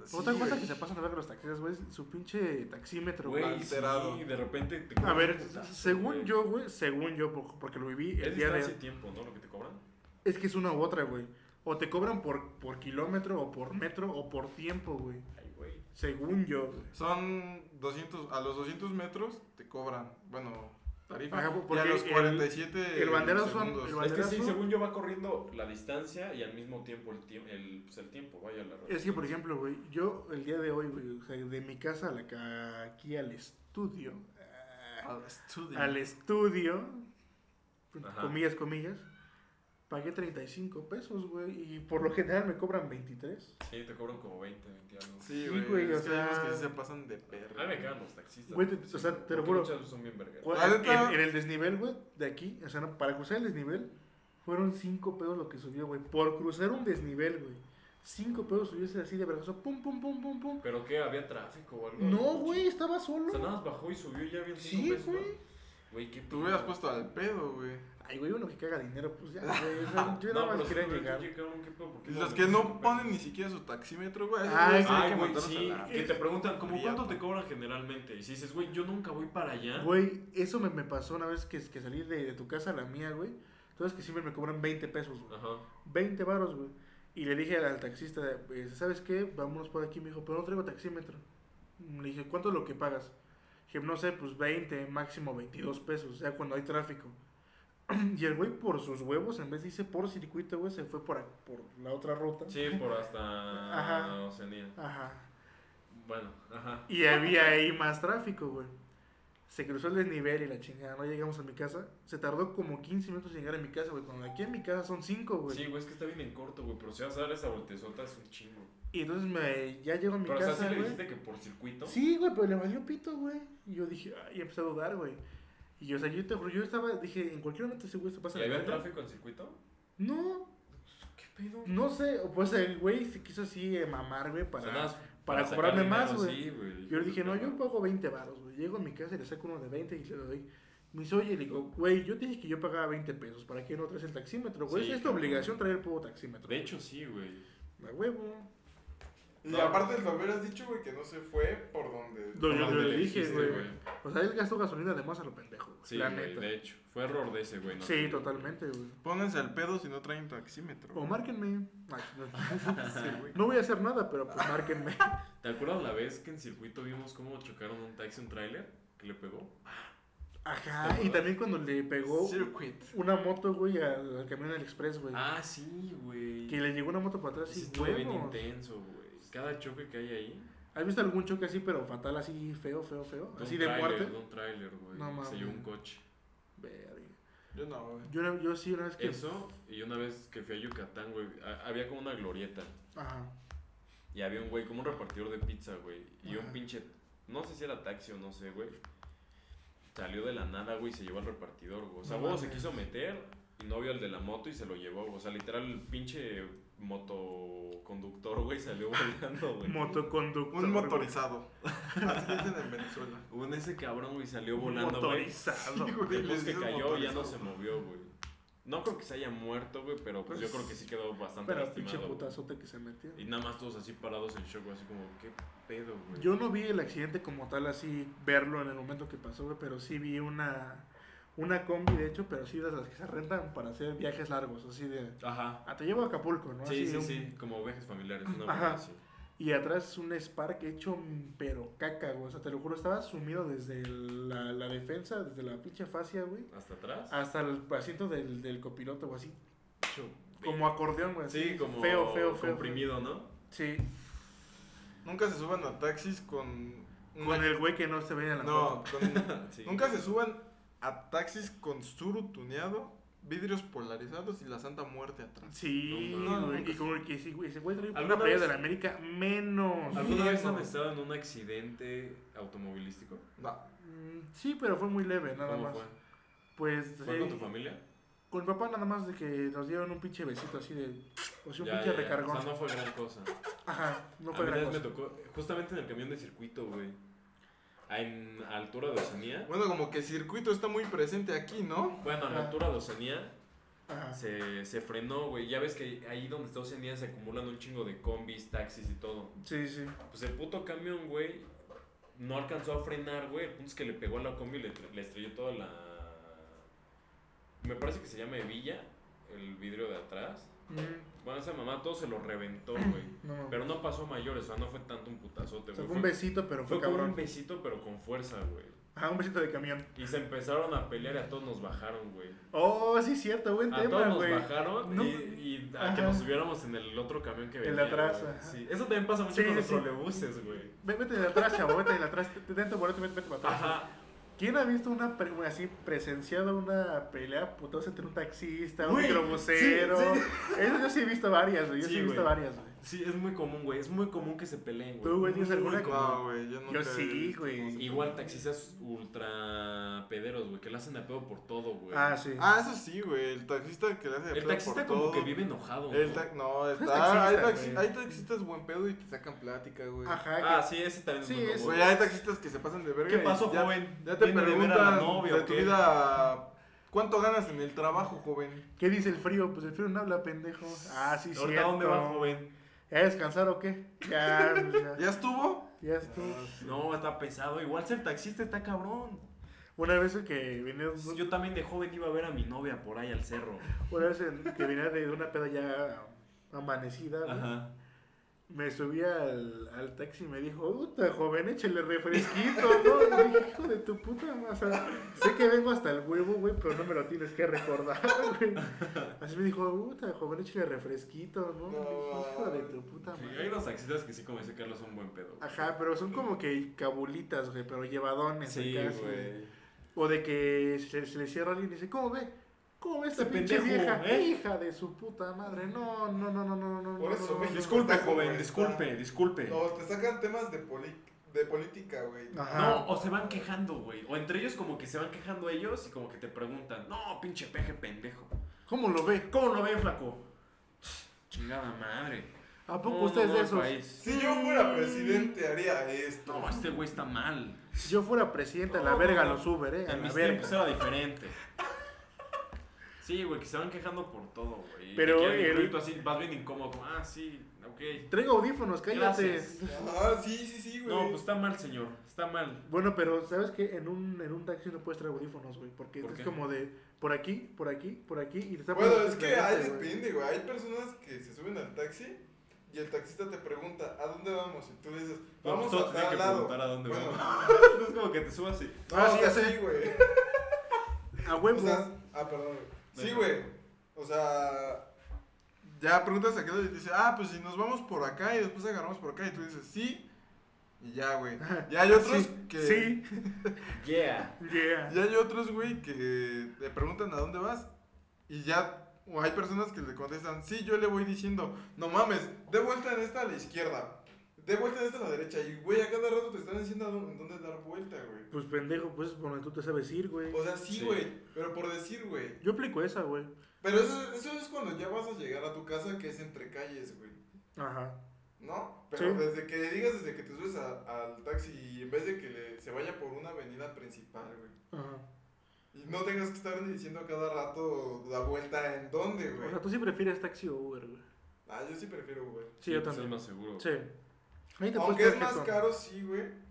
Speaker 2: Sí,
Speaker 1: Otra cosa
Speaker 2: güey.
Speaker 1: que se pasan a ver los taxistas, güey, es su pinche taxímetro, güey.
Speaker 4: Güey,
Speaker 2: alterado.
Speaker 4: sí, de repente te
Speaker 1: A
Speaker 4: cobran
Speaker 1: ver,
Speaker 4: putazo,
Speaker 1: según
Speaker 4: güey.
Speaker 1: yo, güey, según yo, por- porque lo viví el
Speaker 4: Es
Speaker 1: día
Speaker 4: distancia y
Speaker 1: de...
Speaker 4: tiempo, ¿no? Lo que te cobran.
Speaker 1: Es que es una u otra, güey. O te cobran por, por kilómetro, o por metro, o por tiempo, güey.
Speaker 4: Ay, güey.
Speaker 1: Según yo, güey.
Speaker 2: Son 200, a los 200 metros te cobran, bueno, tarifa.
Speaker 1: Ajá,
Speaker 2: y a
Speaker 1: porque
Speaker 2: los
Speaker 1: el-
Speaker 2: 47
Speaker 1: el bandera son-
Speaker 2: segundos.
Speaker 1: el
Speaker 4: Es que sí,
Speaker 1: ¿Banderazo?
Speaker 4: según yo va corriendo la distancia y al mismo tiempo el, tiempo el, pues, el tiempo, vaya la
Speaker 1: Es que, por
Speaker 4: redundancia.
Speaker 1: ejemplo, güey, yo el día de hoy, güey, o sea, de mi casa a la ca- aquí al estudio, ah,
Speaker 2: Al estudio.
Speaker 1: al estudio,
Speaker 4: Ajá.
Speaker 1: comillas, comillas, pagué 35 pesos, güey, y por lo general me cobran 23.
Speaker 4: Sí, te cobran como 20, 20 algo.
Speaker 2: Sí,
Speaker 1: Sí,
Speaker 2: güey.
Speaker 1: güey,
Speaker 2: es
Speaker 1: o
Speaker 2: que hay unos
Speaker 1: sea-
Speaker 2: que sí se pasan de perro.
Speaker 4: A mí me cagan los taxistas.
Speaker 1: Güey, te- o sea, te lo
Speaker 4: porque
Speaker 1: juro.
Speaker 4: Muchas veces son bien vergueros.
Speaker 1: Cu-
Speaker 2: La
Speaker 1: En,
Speaker 2: neta-
Speaker 1: en- en el desnivel, güey, de aquí, o sea, no, para cruzar el desnivel, fueron 5 pesos lo que subió, güey, por cruzar un desnivel, güey. 5 pesos subiese así de brazo, pum, pum, pum, pum, pum.
Speaker 4: ¿Pero qué? ¿Había tráfico o algo?
Speaker 1: No, güey, estaba
Speaker 4: O sea,
Speaker 1: solo.
Speaker 4: nada más bajó y subió y ya bien
Speaker 1: Sí, güey.
Speaker 4: Güey, qué
Speaker 2: Tú hubieras puesto al pedo, güey.
Speaker 1: Ay, güey, uno que caga dinero, pues ya, güey. o sea, yo
Speaker 4: Yo
Speaker 1: nada
Speaker 4: no,
Speaker 1: más
Speaker 4: pero sí,
Speaker 1: quería
Speaker 4: güey,
Speaker 1: llegar.
Speaker 4: tú llegaron, ¿qué pedo? ¿Por qué
Speaker 2: Y
Speaker 4: no
Speaker 2: los
Speaker 4: me
Speaker 2: que no
Speaker 4: dicen
Speaker 2: ponen
Speaker 4: pesos?
Speaker 2: ni siquiera su taxímetro, güey. esos
Speaker 1: Ay,
Speaker 2: güeyes hay
Speaker 1: Ah, sí,
Speaker 4: Ay,
Speaker 2: que
Speaker 4: güey,
Speaker 2: mandarlos
Speaker 4: sí.
Speaker 2: a la-
Speaker 4: Que te preguntan, ¿cómo
Speaker 2: Fría,
Speaker 4: cuánto
Speaker 2: pa.
Speaker 4: te cobran generalmente? Y si dices, güey, yo nunca voy para allá.
Speaker 1: Güey, eso me, me pasó una vez que, que salí de, de tu casa a la mía, güey. Entonces que siempre me cobran 20 pesos, güey.
Speaker 4: Ajá.
Speaker 1: 20 varos, eh, güey. Y le dije al, al taxista, pues, ¿sabes qué? Vámonos por aquí, me dijo, pero no traigo taxímetro. Le dije, ¿cuánto es lo que pagas? Dije, no sé, pues 20, máximo 22 pesos, ya cuando hay tráfico. Y el güey por sus huevos, en vez de irse por circuito, güey, se fue por, a- por la otra ruta.
Speaker 4: Sí, por hasta
Speaker 1: Ajá.
Speaker 4: Oceanía.
Speaker 1: Ajá.
Speaker 4: Bueno, ajá.
Speaker 1: Y había ahí más tráfico, güey. Se cruzó el desnivel y la chingada, no llegamos a mi casa. Se tardó como 15 minutos en llegar a mi casa, güey. Cuando aquí en mi casa son 5, güey.
Speaker 4: Sí, güey, es que está bien en corto, güey. Pero si vas a dar esa voltezota es un chingo.
Speaker 1: Y entonces me, ya llego a mi
Speaker 4: Pero o sea,
Speaker 1: casa,
Speaker 4: sí le
Speaker 1: güey.
Speaker 4: dijiste que por circuito.
Speaker 1: Sí, güey, pero le valió pito, güey. Y yo dije, ay, empecé a dudar, güey. Y yo, o sea, yo, te juro, yo estaba, dije, en cualquier momento ese güey se pasa
Speaker 4: ¿Y
Speaker 1: la
Speaker 4: había
Speaker 1: verga.
Speaker 4: tráfico en circuito?
Speaker 1: No,
Speaker 4: ¿Qué pedo?
Speaker 1: no sé, o pues el güey se quiso así eh, mamar, güey,
Speaker 4: O sea,
Speaker 1: para,
Speaker 4: nada más
Speaker 1: para
Speaker 4: sacar
Speaker 1: cobrarme
Speaker 4: dinero,
Speaker 1: más, güey.
Speaker 4: sí, güey.
Speaker 1: Yo le dije, no, yo
Speaker 4: Ajá.
Speaker 1: pago 20 baros, güey. Llego a mi casa y le saco uno de 20 y se lo doy. Me dice, oye, le digo, güey, yo te dije que yo pagaba 20 pesos, ¿para qué no traes el taxímetro, güey?
Speaker 4: Sí,
Speaker 1: es tu
Speaker 4: claro.
Speaker 1: obligación traer el puto taxímetro.
Speaker 4: De hecho, sí, güey.
Speaker 1: A huevo.
Speaker 2: Y aparte lo hubieras dicho, güey, que no se fue por donde.
Speaker 1: No, yo
Speaker 2: por donde
Speaker 1: le dije,
Speaker 2: dijiste,
Speaker 1: güey. O sea, él gastó gasolina además a lo pendejo, güey.
Speaker 4: Sí,
Speaker 1: la
Speaker 4: güey,
Speaker 1: neta.
Speaker 4: de hecho. Fue error de ese, güey. no
Speaker 1: sí,
Speaker 4: tuyo.
Speaker 1: totalmente, güey.
Speaker 2: Pónganse al pedo si no traen taxímetro.
Speaker 1: O márquenme. Ay, no.
Speaker 2: Sí, güey.
Speaker 1: No voy a hacer nada, pero pues márquenme.
Speaker 4: ¿Te acuerdas la vez que en circuito vimos cómo chocaron un taxi, un tráiler? Que le pegó.
Speaker 1: Ajá. Y también cuando le pegó
Speaker 2: Circuit.
Speaker 1: una moto, güey, al, al camión del express, güey.
Speaker 4: Ah, sí, güey.
Speaker 1: Que le llegó una moto para atrás
Speaker 4: Sí,
Speaker 1: y
Speaker 4: estuvo bien
Speaker 1: huevos.
Speaker 4: intenso, güey. Cada choque que hay ahí.
Speaker 1: ¿Has visto algún choque así, pero fatal, así feo, feo, feo?
Speaker 4: un
Speaker 1: Así de
Speaker 4: tráiler,
Speaker 1: muerte.
Speaker 4: Un tráiler, güey.
Speaker 1: No
Speaker 4: que se llevó un
Speaker 1: mames.
Speaker 4: coche.
Speaker 1: Verga.
Speaker 2: Yo no, güey.
Speaker 1: Yo, una- yo sí, una vez que.
Speaker 4: Eso, y una vez que fui a Yucatán, güey, a- había como una glorieta.
Speaker 1: Ajá.
Speaker 4: Y había un güey, como un repartidor de pizza, güey. Y
Speaker 1: Ajá.
Speaker 4: un pinche, no sé si era taxi o no sé, güey. Salió de la nada, güey, y se llevó al repartidor, güey. O sea,
Speaker 1: No
Speaker 4: vos se
Speaker 1: mames.
Speaker 4: quiso meter y no vio al de la moto y se lo llevó, güey. O sea, literal, el pinche motoconductor, güey, salió volando, güey.
Speaker 1: Motoconductor.
Speaker 2: Un motorizado. Así dicen en Venezuela.
Speaker 4: Un ese cabrón, güey, salió
Speaker 1: güey.
Speaker 4: volando, güey.
Speaker 1: Motorizado.
Speaker 2: Sí, güey.
Speaker 4: El
Speaker 2: Les
Speaker 4: bus que
Speaker 2: digo
Speaker 4: cayó ya no
Speaker 2: motorizado.
Speaker 4: se movió, güey. No creo que se haya muerto, güey, pero pues,
Speaker 1: Pues,
Speaker 4: yo creo que sí quedó bastante
Speaker 1: pero pinche
Speaker 4: lastimado. güey.
Speaker 1: putazote que se metió.
Speaker 4: Y nada más todos así parados en shock, güey, así como, ¿qué pedo, güey?
Speaker 1: Yo no vi el accidente como tal, así verlo en el momento que pasó, güey, pero sí vi una, una combi, de hecho, pero sí de las que se rentan para hacer viajes largos, así de...
Speaker 4: Ajá.
Speaker 1: Ah, te llevo a Acapulco, ¿no?
Speaker 4: Sí,
Speaker 1: Así
Speaker 4: sí,
Speaker 1: un-
Speaker 4: sí, como viajes familiares, una
Speaker 1: Ajá.
Speaker 4: Ajá. Así.
Speaker 1: Y atrás es un Spark hecho, mm, pero caca, güey, o sea, te lo juro, estaba sumido desde el- la, la defensa, desde la pinche fascia, güey,
Speaker 4: ¿Hasta atrás?
Speaker 1: hasta el asiento del, del copiloto, o así,
Speaker 4: Chu,
Speaker 1: como acordeón, güey.
Speaker 4: Sí,
Speaker 1: así,
Speaker 4: como
Speaker 1: Feo, feo, feo.
Speaker 4: comprimido, ¿no?
Speaker 1: Sí,
Speaker 2: Nunca se suban a taxis con.
Speaker 1: con el güey que no se ve en la foto.
Speaker 2: No, con.
Speaker 4: Sí.
Speaker 2: Nunca se suban a taxis con suru tuneado, vidrios polarizados y la Santa Muerte atrás.
Speaker 1: Sí,
Speaker 4: No, no, pues
Speaker 1: güey,
Speaker 4: nunca
Speaker 1: y como que sí, güey, ese güey trae
Speaker 4: ¿Alguna
Speaker 1: una playa
Speaker 4: vez-
Speaker 1: de la América menos.
Speaker 4: ¿Alguna vez han
Speaker 2: no.
Speaker 4: estado en un accidente automovilístico?
Speaker 2: No,
Speaker 1: Mm, Sí, pero fue muy leve, nada
Speaker 4: ¿Cómo
Speaker 1: más.
Speaker 4: fue?
Speaker 1: Pues
Speaker 4: ¿Fue
Speaker 1: sí,
Speaker 4: con tu familia?
Speaker 1: con mi papá nada más de que nos dieron un pinche besito así de o sea, un pinche recargón.
Speaker 4: O sea, no fue gran cosa.
Speaker 1: Ajá, no
Speaker 4: a
Speaker 1: fue
Speaker 4: mí
Speaker 1: gran
Speaker 4: una vez
Speaker 1: cosa.
Speaker 4: me tocó, justamente en el camión de circuito, güey. A en a altura de Oceanía.
Speaker 2: Bueno, como que circuito está muy presente aquí, ¿no?
Speaker 4: Bueno, a la
Speaker 1: Ajá.
Speaker 4: altura de Oceanía
Speaker 1: Ajá.
Speaker 4: se, se frenó, güey. Ya ves que ahí donde está Oceanía se acumulan un chingo de combis, taxis y todo.
Speaker 1: Sí, sí.
Speaker 4: Pues el puto camión, güey, no alcanzó a frenar, güey. El punto es que le pegó a la combi y le, tre- le estrelló toda la. Me parece que se llama Evilla, el vidrio de atrás.
Speaker 1: Mm,
Speaker 4: Bueno, esa mamá todo se lo reventó, güey.
Speaker 1: no, no.
Speaker 4: Pero no pasó a mayores, o sea, no fue tanto un putazote,
Speaker 1: O
Speaker 4: güey.
Speaker 1: sea, fue un besito, pero fue,
Speaker 4: fue como un
Speaker 1: cabrón.
Speaker 4: besito, pero con fuerza, güey.
Speaker 1: Ajá, un besito de camión.
Speaker 4: Y se empezaron a pelear y a todos nos bajaron, güey.
Speaker 1: Oh, sí, cierto, buen
Speaker 4: A
Speaker 1: tema,
Speaker 4: todos
Speaker 1: güey.
Speaker 4: nos bajaron
Speaker 1: No.
Speaker 4: y, y a
Speaker 1: Ajá.
Speaker 4: que nos subiéramos en el otro camión que venía.
Speaker 1: El de atrás,
Speaker 4: güey.
Speaker 1: ajá.
Speaker 4: Sí. Eso también pasa mucho
Speaker 1: Sí,
Speaker 4: con los
Speaker 1: sí.
Speaker 4: trolebuses, güey.
Speaker 1: Ve- Vete de atrás, chavo, vete de atrás. Te den tu boleto, vete, vete para atrás.
Speaker 4: Ajá.
Speaker 1: ¿Quién ha visto una pre- así presenciado una pelea putosa entre un taxista, un
Speaker 4: Güey,
Speaker 1: microbusero?
Speaker 4: sí,
Speaker 1: Eso yo sí he visto varias, güey. Yo sí,
Speaker 4: Sí,
Speaker 1: he visto
Speaker 4: güey.
Speaker 1: varias, güey.
Speaker 4: Sí, es muy común, güey. Es muy común que se peleen, güey.
Speaker 1: ¿Tú, güey, tienes
Speaker 4: Muy
Speaker 1: alguna?
Speaker 2: No, güey, yo no.
Speaker 1: Yo sí, güey.
Speaker 4: Igual taxistas ultra pederos, güey, que le hacen a pedo por todo, güey.
Speaker 1: Ah, sí.
Speaker 2: Ah, eso sí, güey. El taxista que le hace de
Speaker 4: El
Speaker 2: pedo
Speaker 4: taxista
Speaker 2: por
Speaker 4: como
Speaker 2: todo.
Speaker 4: que vive enojado.
Speaker 2: El
Speaker 4: ¿no?
Speaker 2: ta- no, está,
Speaker 1: Pues taxista,
Speaker 2: hay, taxi-
Speaker 1: güey.
Speaker 2: hay taxistas buen pedo y te sacan plática, güey.
Speaker 1: Ajá, que-
Speaker 4: Ah, sí, ese también
Speaker 1: Sí,
Speaker 4: es muy
Speaker 1: ese-
Speaker 4: común.
Speaker 2: Güey, hay taxistas que se pasan de verga.
Speaker 4: Pues, ¿Qué
Speaker 2: y
Speaker 4: pasó,
Speaker 2: ya,
Speaker 4: joven?
Speaker 2: Ya te
Speaker 4: ¿Vino de ver a la
Speaker 2: preguntan
Speaker 4: novia
Speaker 2: de
Speaker 4: o
Speaker 2: tu
Speaker 4: qué?
Speaker 2: vida. ¿Cuánto ganas en el trabajo, joven?
Speaker 1: ¿Qué dice el frío? Pues el frío no habla, pendejo. Ah, sí, sí.
Speaker 4: ¿Ahorita dónde va, joven?
Speaker 1: ¿Ya descansar o qué? Ya, ya,
Speaker 2: ¿Ya estuvo?
Speaker 1: ya estuvo.
Speaker 4: No, está pesado. Igual ser taxista está cabrón.
Speaker 1: Una vez que venía,
Speaker 2: Pues
Speaker 4: Yo también de joven iba a ver a mi novia por ahí al cerro.
Speaker 1: una vez en- que venía de una peda ya amanecida, güey,
Speaker 4: Ajá.
Speaker 1: me subí al, al taxi y me dijo, puta, joven, échale refresquito, ¿no? Y dije, hijo de tu puta masa. Sé que vengo hasta el huevo, güey, pero no me lo tienes que recordar, güey. Así me dijo, puta, joven, échale refresquito, ¿no? Y dije, hijo de tu puta
Speaker 4: Sí,
Speaker 1: madre.
Speaker 4: hay unos taxistas que sí, como dice Carlos, son buen pedo. güey.
Speaker 1: Ajá, pero son como que cabulitas, güey, pero llevadones.
Speaker 4: Sí,
Speaker 1: acá, así.
Speaker 4: güey.
Speaker 1: O de que se, se le cierra alguien y dice, ¿cómo ve? ¿Cómo ve esta
Speaker 4: Este
Speaker 1: pinche
Speaker 4: pendejo,
Speaker 1: vieja?
Speaker 4: ¿eh?
Speaker 1: Hija de su puta madre. No, no, no, no, no, no.
Speaker 2: Por
Speaker 1: no,
Speaker 2: eso
Speaker 1: no,
Speaker 2: México-
Speaker 4: Disculpe, joven, disculpe, disculpe.
Speaker 2: No, te sacan temas de, poli- de política, güey.
Speaker 1: no. Ajá.
Speaker 4: No, o se van quejando, güey. O entre ellos como que se van quejando ellos y como que te preguntan, no, pinche peje pendejo.
Speaker 1: ¿Cómo lo ve?
Speaker 4: ¿Cómo lo ven, flaco? Chingada madre.
Speaker 1: ¿A poco
Speaker 4: No,
Speaker 1: ustedes
Speaker 4: no,
Speaker 1: de
Speaker 4: el
Speaker 1: esos?
Speaker 4: país.
Speaker 2: Si yo fuera presidente, haría esto.
Speaker 4: No, este güey está mal.
Speaker 1: Si yo fuera presidente, a la
Speaker 4: No,
Speaker 1: verga
Speaker 4: no, no.
Speaker 1: los Uber, eh. A
Speaker 4: En
Speaker 1: la
Speaker 4: mis
Speaker 1: verga.
Speaker 4: tiempos
Speaker 2: pues.
Speaker 4: era diferente. Sí, güey, que se van quejando por todo, güey.
Speaker 1: Pero
Speaker 4: Que quieren
Speaker 1: el-
Speaker 4: incluir, tú así, vas bien incómodo, como, ah, sí, ok.
Speaker 1: Traigo audífonos, cállate.
Speaker 4: Gracias.
Speaker 2: Ah, sí, sí, sí, güey.
Speaker 4: No, pues está mal, señor, está mal.
Speaker 1: Bueno, pero ¿sabes que En un, en un taxi no puedes traer audífonos, güey. Porque
Speaker 4: ¿Por
Speaker 1: es
Speaker 4: qué?
Speaker 1: como de por aquí, por aquí, por aquí. Y te está
Speaker 2: Bueno,
Speaker 1: poniendo
Speaker 2: es que
Speaker 1: frente a
Speaker 2: ahí
Speaker 1: frente, güey.
Speaker 2: depende, güey. Hay personas que se suben al taxi y el taxista te pregunta, ¿a dónde vamos? Y tú dices, vamos
Speaker 4: pues, todos
Speaker 2: a
Speaker 4: tenían
Speaker 2: tal
Speaker 4: que
Speaker 2: lado.
Speaker 4: preguntar a dónde
Speaker 2: Bueno,
Speaker 4: vamos. No es como que te subas y...
Speaker 2: No,
Speaker 1: Ah,
Speaker 2: o
Speaker 1: sí,
Speaker 2: sea,
Speaker 1: ya sé.
Speaker 2: sí, güey.
Speaker 1: A huevo.
Speaker 2: O sea, ah, perdón, güey. Sí,
Speaker 4: No,
Speaker 2: güey. O sea, ya preguntas a qué lado y te dice, ah, pues si nos vamos por acá y después agarramos por acá. Y tú dices, sí. Y ya, güey. Y hay otros
Speaker 1: sí,
Speaker 2: que.
Speaker 1: Sí.
Speaker 4: Yeah.
Speaker 1: Yeah.
Speaker 2: Y hay otros, güey, que te preguntan a dónde vas y ya o hay personas que le contestan, sí, yo le voy diciendo, no mames, de vuelta en esta a la izquierda, de vuelta en esta a la derecha y, güey, a cada rato te están diciendo a dó- en dónde dar vuelta, güey.
Speaker 1: Pues pendejo, pues por donde tú te sabes ir, güey.
Speaker 2: O sea, sí,
Speaker 4: Sí.
Speaker 2: güey, pero por decir, güey.
Speaker 1: Yo aplico esa, güey.
Speaker 2: Pero eso, eso es cuando ya vas a llegar a tu casa que es entre calles, güey.
Speaker 1: Ajá.
Speaker 2: ¿No? Pero
Speaker 1: Sí.
Speaker 2: desde que le digas, desde que te subes a- al taxi y en vez de que le- se vaya por una avenida principal, güey.
Speaker 1: Ajá.
Speaker 2: Y no tengas que estar diciendo a cada rato la vuelta en dónde,
Speaker 1: O
Speaker 2: güey.
Speaker 1: sea, tú sí prefieres taxi o Uber, güey.
Speaker 2: Ah, yo sí prefiero Uber.
Speaker 1: Sí, yo
Speaker 4: pues
Speaker 1: también.
Speaker 4: Es más seguro.
Speaker 1: Sí. Ahí te
Speaker 2: Aunque
Speaker 1: puedes
Speaker 2: es
Speaker 1: quedar
Speaker 2: más
Speaker 1: con-
Speaker 2: caro, sí, güey.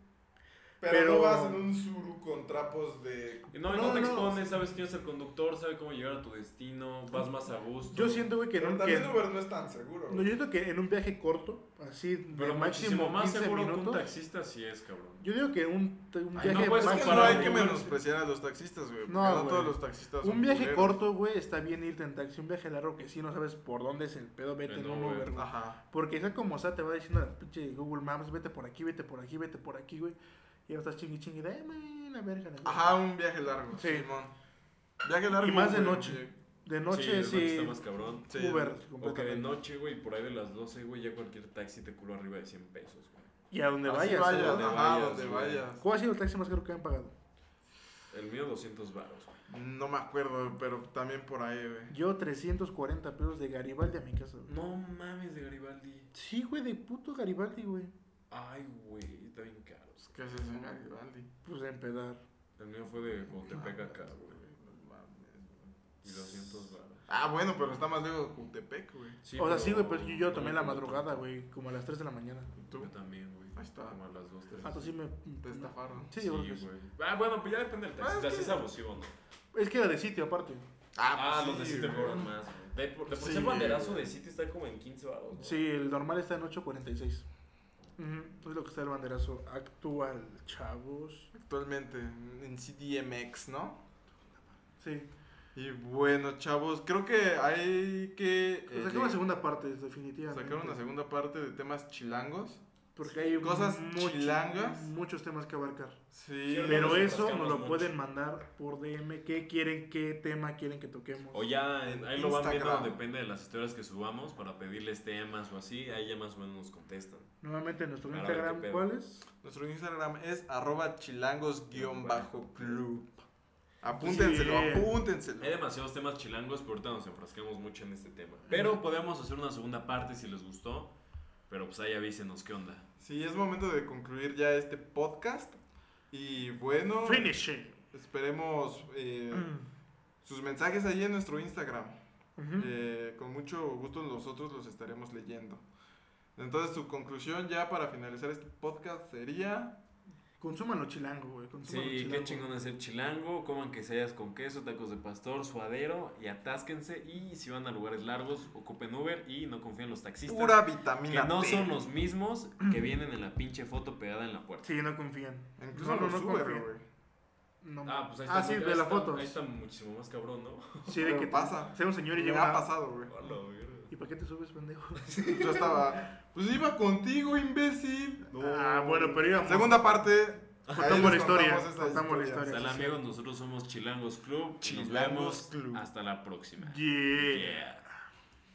Speaker 2: Pero,
Speaker 1: Pero-
Speaker 2: no vas en un suru con trapos de.
Speaker 4: Y No, y
Speaker 1: No,
Speaker 4: no te
Speaker 1: no.
Speaker 4: expones, sabes quién es el conductor, sabe cómo llegar a tu destino, vas más a gusto.
Speaker 1: Yo siento, güey, que en
Speaker 2: Pero
Speaker 1: un,
Speaker 2: también
Speaker 1: que-
Speaker 2: Uber no es tan seguro.
Speaker 1: no, yo siento que en un viaje corto, así, de
Speaker 4: Pero
Speaker 1: máximo
Speaker 4: muchísimo más
Speaker 1: 15
Speaker 4: seguro que un
Speaker 1: minutos.
Speaker 4: taxista sí es, cabrón.
Speaker 1: Yo digo que un, un
Speaker 4: Ay,
Speaker 1: viaje más
Speaker 4: no puedes
Speaker 2: Es que no pues,
Speaker 4: comparado,
Speaker 2: hay
Speaker 1: corto,
Speaker 2: que
Speaker 4: güey.
Speaker 2: menospreciar a los taxistas, güey. porque
Speaker 1: No,
Speaker 2: No,
Speaker 1: güey.
Speaker 2: todos los taxistas son
Speaker 1: Un viaje
Speaker 2: culeros.
Speaker 1: corto, güey, está bien irte en taxi. Un viaje largo que sí no sabes por dónde es el pedo, vete en
Speaker 4: Bueno,
Speaker 1: un
Speaker 4: güey.
Speaker 1: Uber, güey.
Speaker 2: Ajá.
Speaker 1: Porque sea como sea, te va diciendo la pinche Google Maps, vete por aquí, vete por aquí, vete por aquí, güey. Y ahora estás chingui chingui de, "Eh, man, la verga, la verga".
Speaker 2: Ajá, un viaje largo.
Speaker 1: Sí.
Speaker 2: Simón. Viaje largo.
Speaker 1: Y más de
Speaker 2: güey.
Speaker 1: noche. De
Speaker 4: Sí,
Speaker 1: noche
Speaker 4: de
Speaker 1: sí,
Speaker 4: está más cabrón.
Speaker 2: Sí.
Speaker 1: Uber.
Speaker 4: O que de
Speaker 1: completamente.
Speaker 4: noche, güey, por ahí de las 12, güey, ya cualquier taxi te culo arriba de 100 pesos, güey.
Speaker 1: Y a donde
Speaker 2: Así
Speaker 1: vayas.
Speaker 2: vayas,
Speaker 1: ¿no?
Speaker 4: donde
Speaker 2: ajá,
Speaker 4: vayas,
Speaker 2: donde
Speaker 4: güey.
Speaker 2: vayas.
Speaker 1: ¿Cuál ha sido el taxi más caro que han pagado?
Speaker 4: El mío 200 varos, güey.
Speaker 2: No me acuerdo, pero también por ahí, güey.
Speaker 1: Yo 340 pesos de Garibaldi a mi casa. güey.
Speaker 4: No mames de Garibaldi.
Speaker 1: Sí, güey, de puto Garibaldi, güey.
Speaker 4: Ay, güey, está bien caro.
Speaker 2: Pues, ¿Qué haces en Garibaldi?
Speaker 1: Pues de empedar.
Speaker 4: El mío fue de Coatepec acá, güey.
Speaker 2: No mames, güey.
Speaker 4: Y 200 varos.
Speaker 2: Ah, bueno, pero está más lejos de Jutepec, güey.
Speaker 1: o sea, sí, güey,
Speaker 4: pero
Speaker 1: pero yo, yo tomé
Speaker 4: no
Speaker 1: la
Speaker 4: como
Speaker 1: madrugada,
Speaker 4: tanto.
Speaker 1: güey, como a las 3 de la mañana.
Speaker 2: ¿Tú?
Speaker 4: Yo también, güey.
Speaker 2: Ahí está.
Speaker 4: Como a las 2, 3.
Speaker 1: Ah, tú sí me.
Speaker 2: Te estafaron.
Speaker 1: Sí, yo creo que sí.
Speaker 4: güey. Ah, bueno, pues ya depende del taxista,
Speaker 2: Ah, es
Speaker 4: si
Speaker 2: que-
Speaker 4: es abusivo, ¿no?
Speaker 1: Es que era de sitio aparte.
Speaker 4: Ah,
Speaker 2: pues
Speaker 4: los de
Speaker 2: sí,
Speaker 4: sí te
Speaker 2: güey.
Speaker 4: cobran más, güey. De, por de por
Speaker 2: Sí,
Speaker 4: sí, el
Speaker 1: eh.
Speaker 4: banderazo
Speaker 2: güey.
Speaker 4: de City está como en 15 baros. ¿no?
Speaker 1: Sí, el normal está en 8.46. Ujú, Es lo que está el banderazo actual, chavos.
Speaker 2: Actualmente en CDMX, ¿no?
Speaker 1: Sí.
Speaker 2: Y bueno, chavos, creo que hay que... eh,
Speaker 1: Sacar una Pues segunda parte, definitivamente.
Speaker 2: sacar una segunda parte de temas chilangos.
Speaker 1: Porque hay
Speaker 2: Cosas
Speaker 1: muchos-
Speaker 2: chilangas.
Speaker 1: muchos temas que abarcar.
Speaker 2: Sí.
Speaker 4: Cierto.
Speaker 1: Pero
Speaker 4: nos
Speaker 1: eso
Speaker 4: enfrascamos
Speaker 1: nos lo
Speaker 4: mucho.
Speaker 1: pueden mandar por DM. ¿Qué quieren? ¿Qué tema quieren que toquemos?
Speaker 4: O ya en- ahí lo van viendo,
Speaker 2: Instagram.
Speaker 4: depende de las historias que subamos para pedirles temas o así. Ahí ya más o menos nos contestan.
Speaker 1: Nuevamente en nuestro
Speaker 4: Para ver
Speaker 1: Instagram,
Speaker 4: qué pedo.
Speaker 1: ¿cuál es?
Speaker 2: Nuestro Instagram es arroba chilangos-club. Apúntenselo,
Speaker 1: Bien.
Speaker 2: apúntenselo.
Speaker 4: Hay demasiados temas chilangos, pero ahorita nos enfrascamos mucho en este tema. Pero podemos hacer una segunda parte si les gustó. Pero pues ahí avísenos qué onda.
Speaker 2: Sí, es momento de concluir ya este podcast. Y bueno,
Speaker 1: Finish it.
Speaker 2: esperemos eh,
Speaker 1: Mm.
Speaker 2: sus mensajes ahí en nuestro Instagram.
Speaker 1: Ujú.
Speaker 2: Eh, con mucho gusto nosotros los estaremos leyendo. Entonces, su conclusión ya para finalizar este podcast sería...
Speaker 1: Consúmanlo chilango, güey. consúmanlo
Speaker 4: Sí,
Speaker 1: chilango.
Speaker 4: qué chingón hacer chilango, coman quesadillas con queso, tacos de pastor, suadero y atásquense. Y si van a lugares largos, ocupen Uber y no confíen en los taxistas.
Speaker 2: Pura
Speaker 4: que
Speaker 2: vitamina
Speaker 4: no
Speaker 2: T.
Speaker 4: son los mismos que vienen en la pinche foto pegada en la puerta.
Speaker 1: Sí, no confían.
Speaker 2: Incluso
Speaker 1: No, no,
Speaker 2: los
Speaker 1: no
Speaker 2: Uber,
Speaker 1: confío.
Speaker 2: güey.
Speaker 1: No,
Speaker 4: Ah, pues ahí está.
Speaker 1: ah, sí,
Speaker 4: muy-
Speaker 1: de
Speaker 4: ahí
Speaker 1: la
Speaker 4: está-
Speaker 1: foto.
Speaker 4: Ahí está muchísimo más cabrón, ¿no?
Speaker 1: Sí, de
Speaker 2: Pero
Speaker 1: que
Speaker 2: pasa.
Speaker 1: sea un señor y
Speaker 2: Me
Speaker 1: lleva
Speaker 2: ha
Speaker 1: una-
Speaker 2: pasado, güey.
Speaker 4: A la verga.
Speaker 1: ¿Y para qué te subes, pendejo?
Speaker 2: Yo estaba. Pues iba contigo, imbécil.
Speaker 1: Ah, bueno, pero íbamos.
Speaker 2: Segunda parte.
Speaker 1: Contamos
Speaker 2: ahí les
Speaker 1: la historia,
Speaker 2: contamos esa
Speaker 1: contamos la historia.
Speaker 4: Sal
Speaker 1: sí, sí.
Speaker 4: amigos, nosotros somos Chilangos Club. y
Speaker 2: Chilangos
Speaker 4: nos vemos
Speaker 2: Club.
Speaker 4: hasta la próxima.
Speaker 1: Yeah.
Speaker 4: Yeah.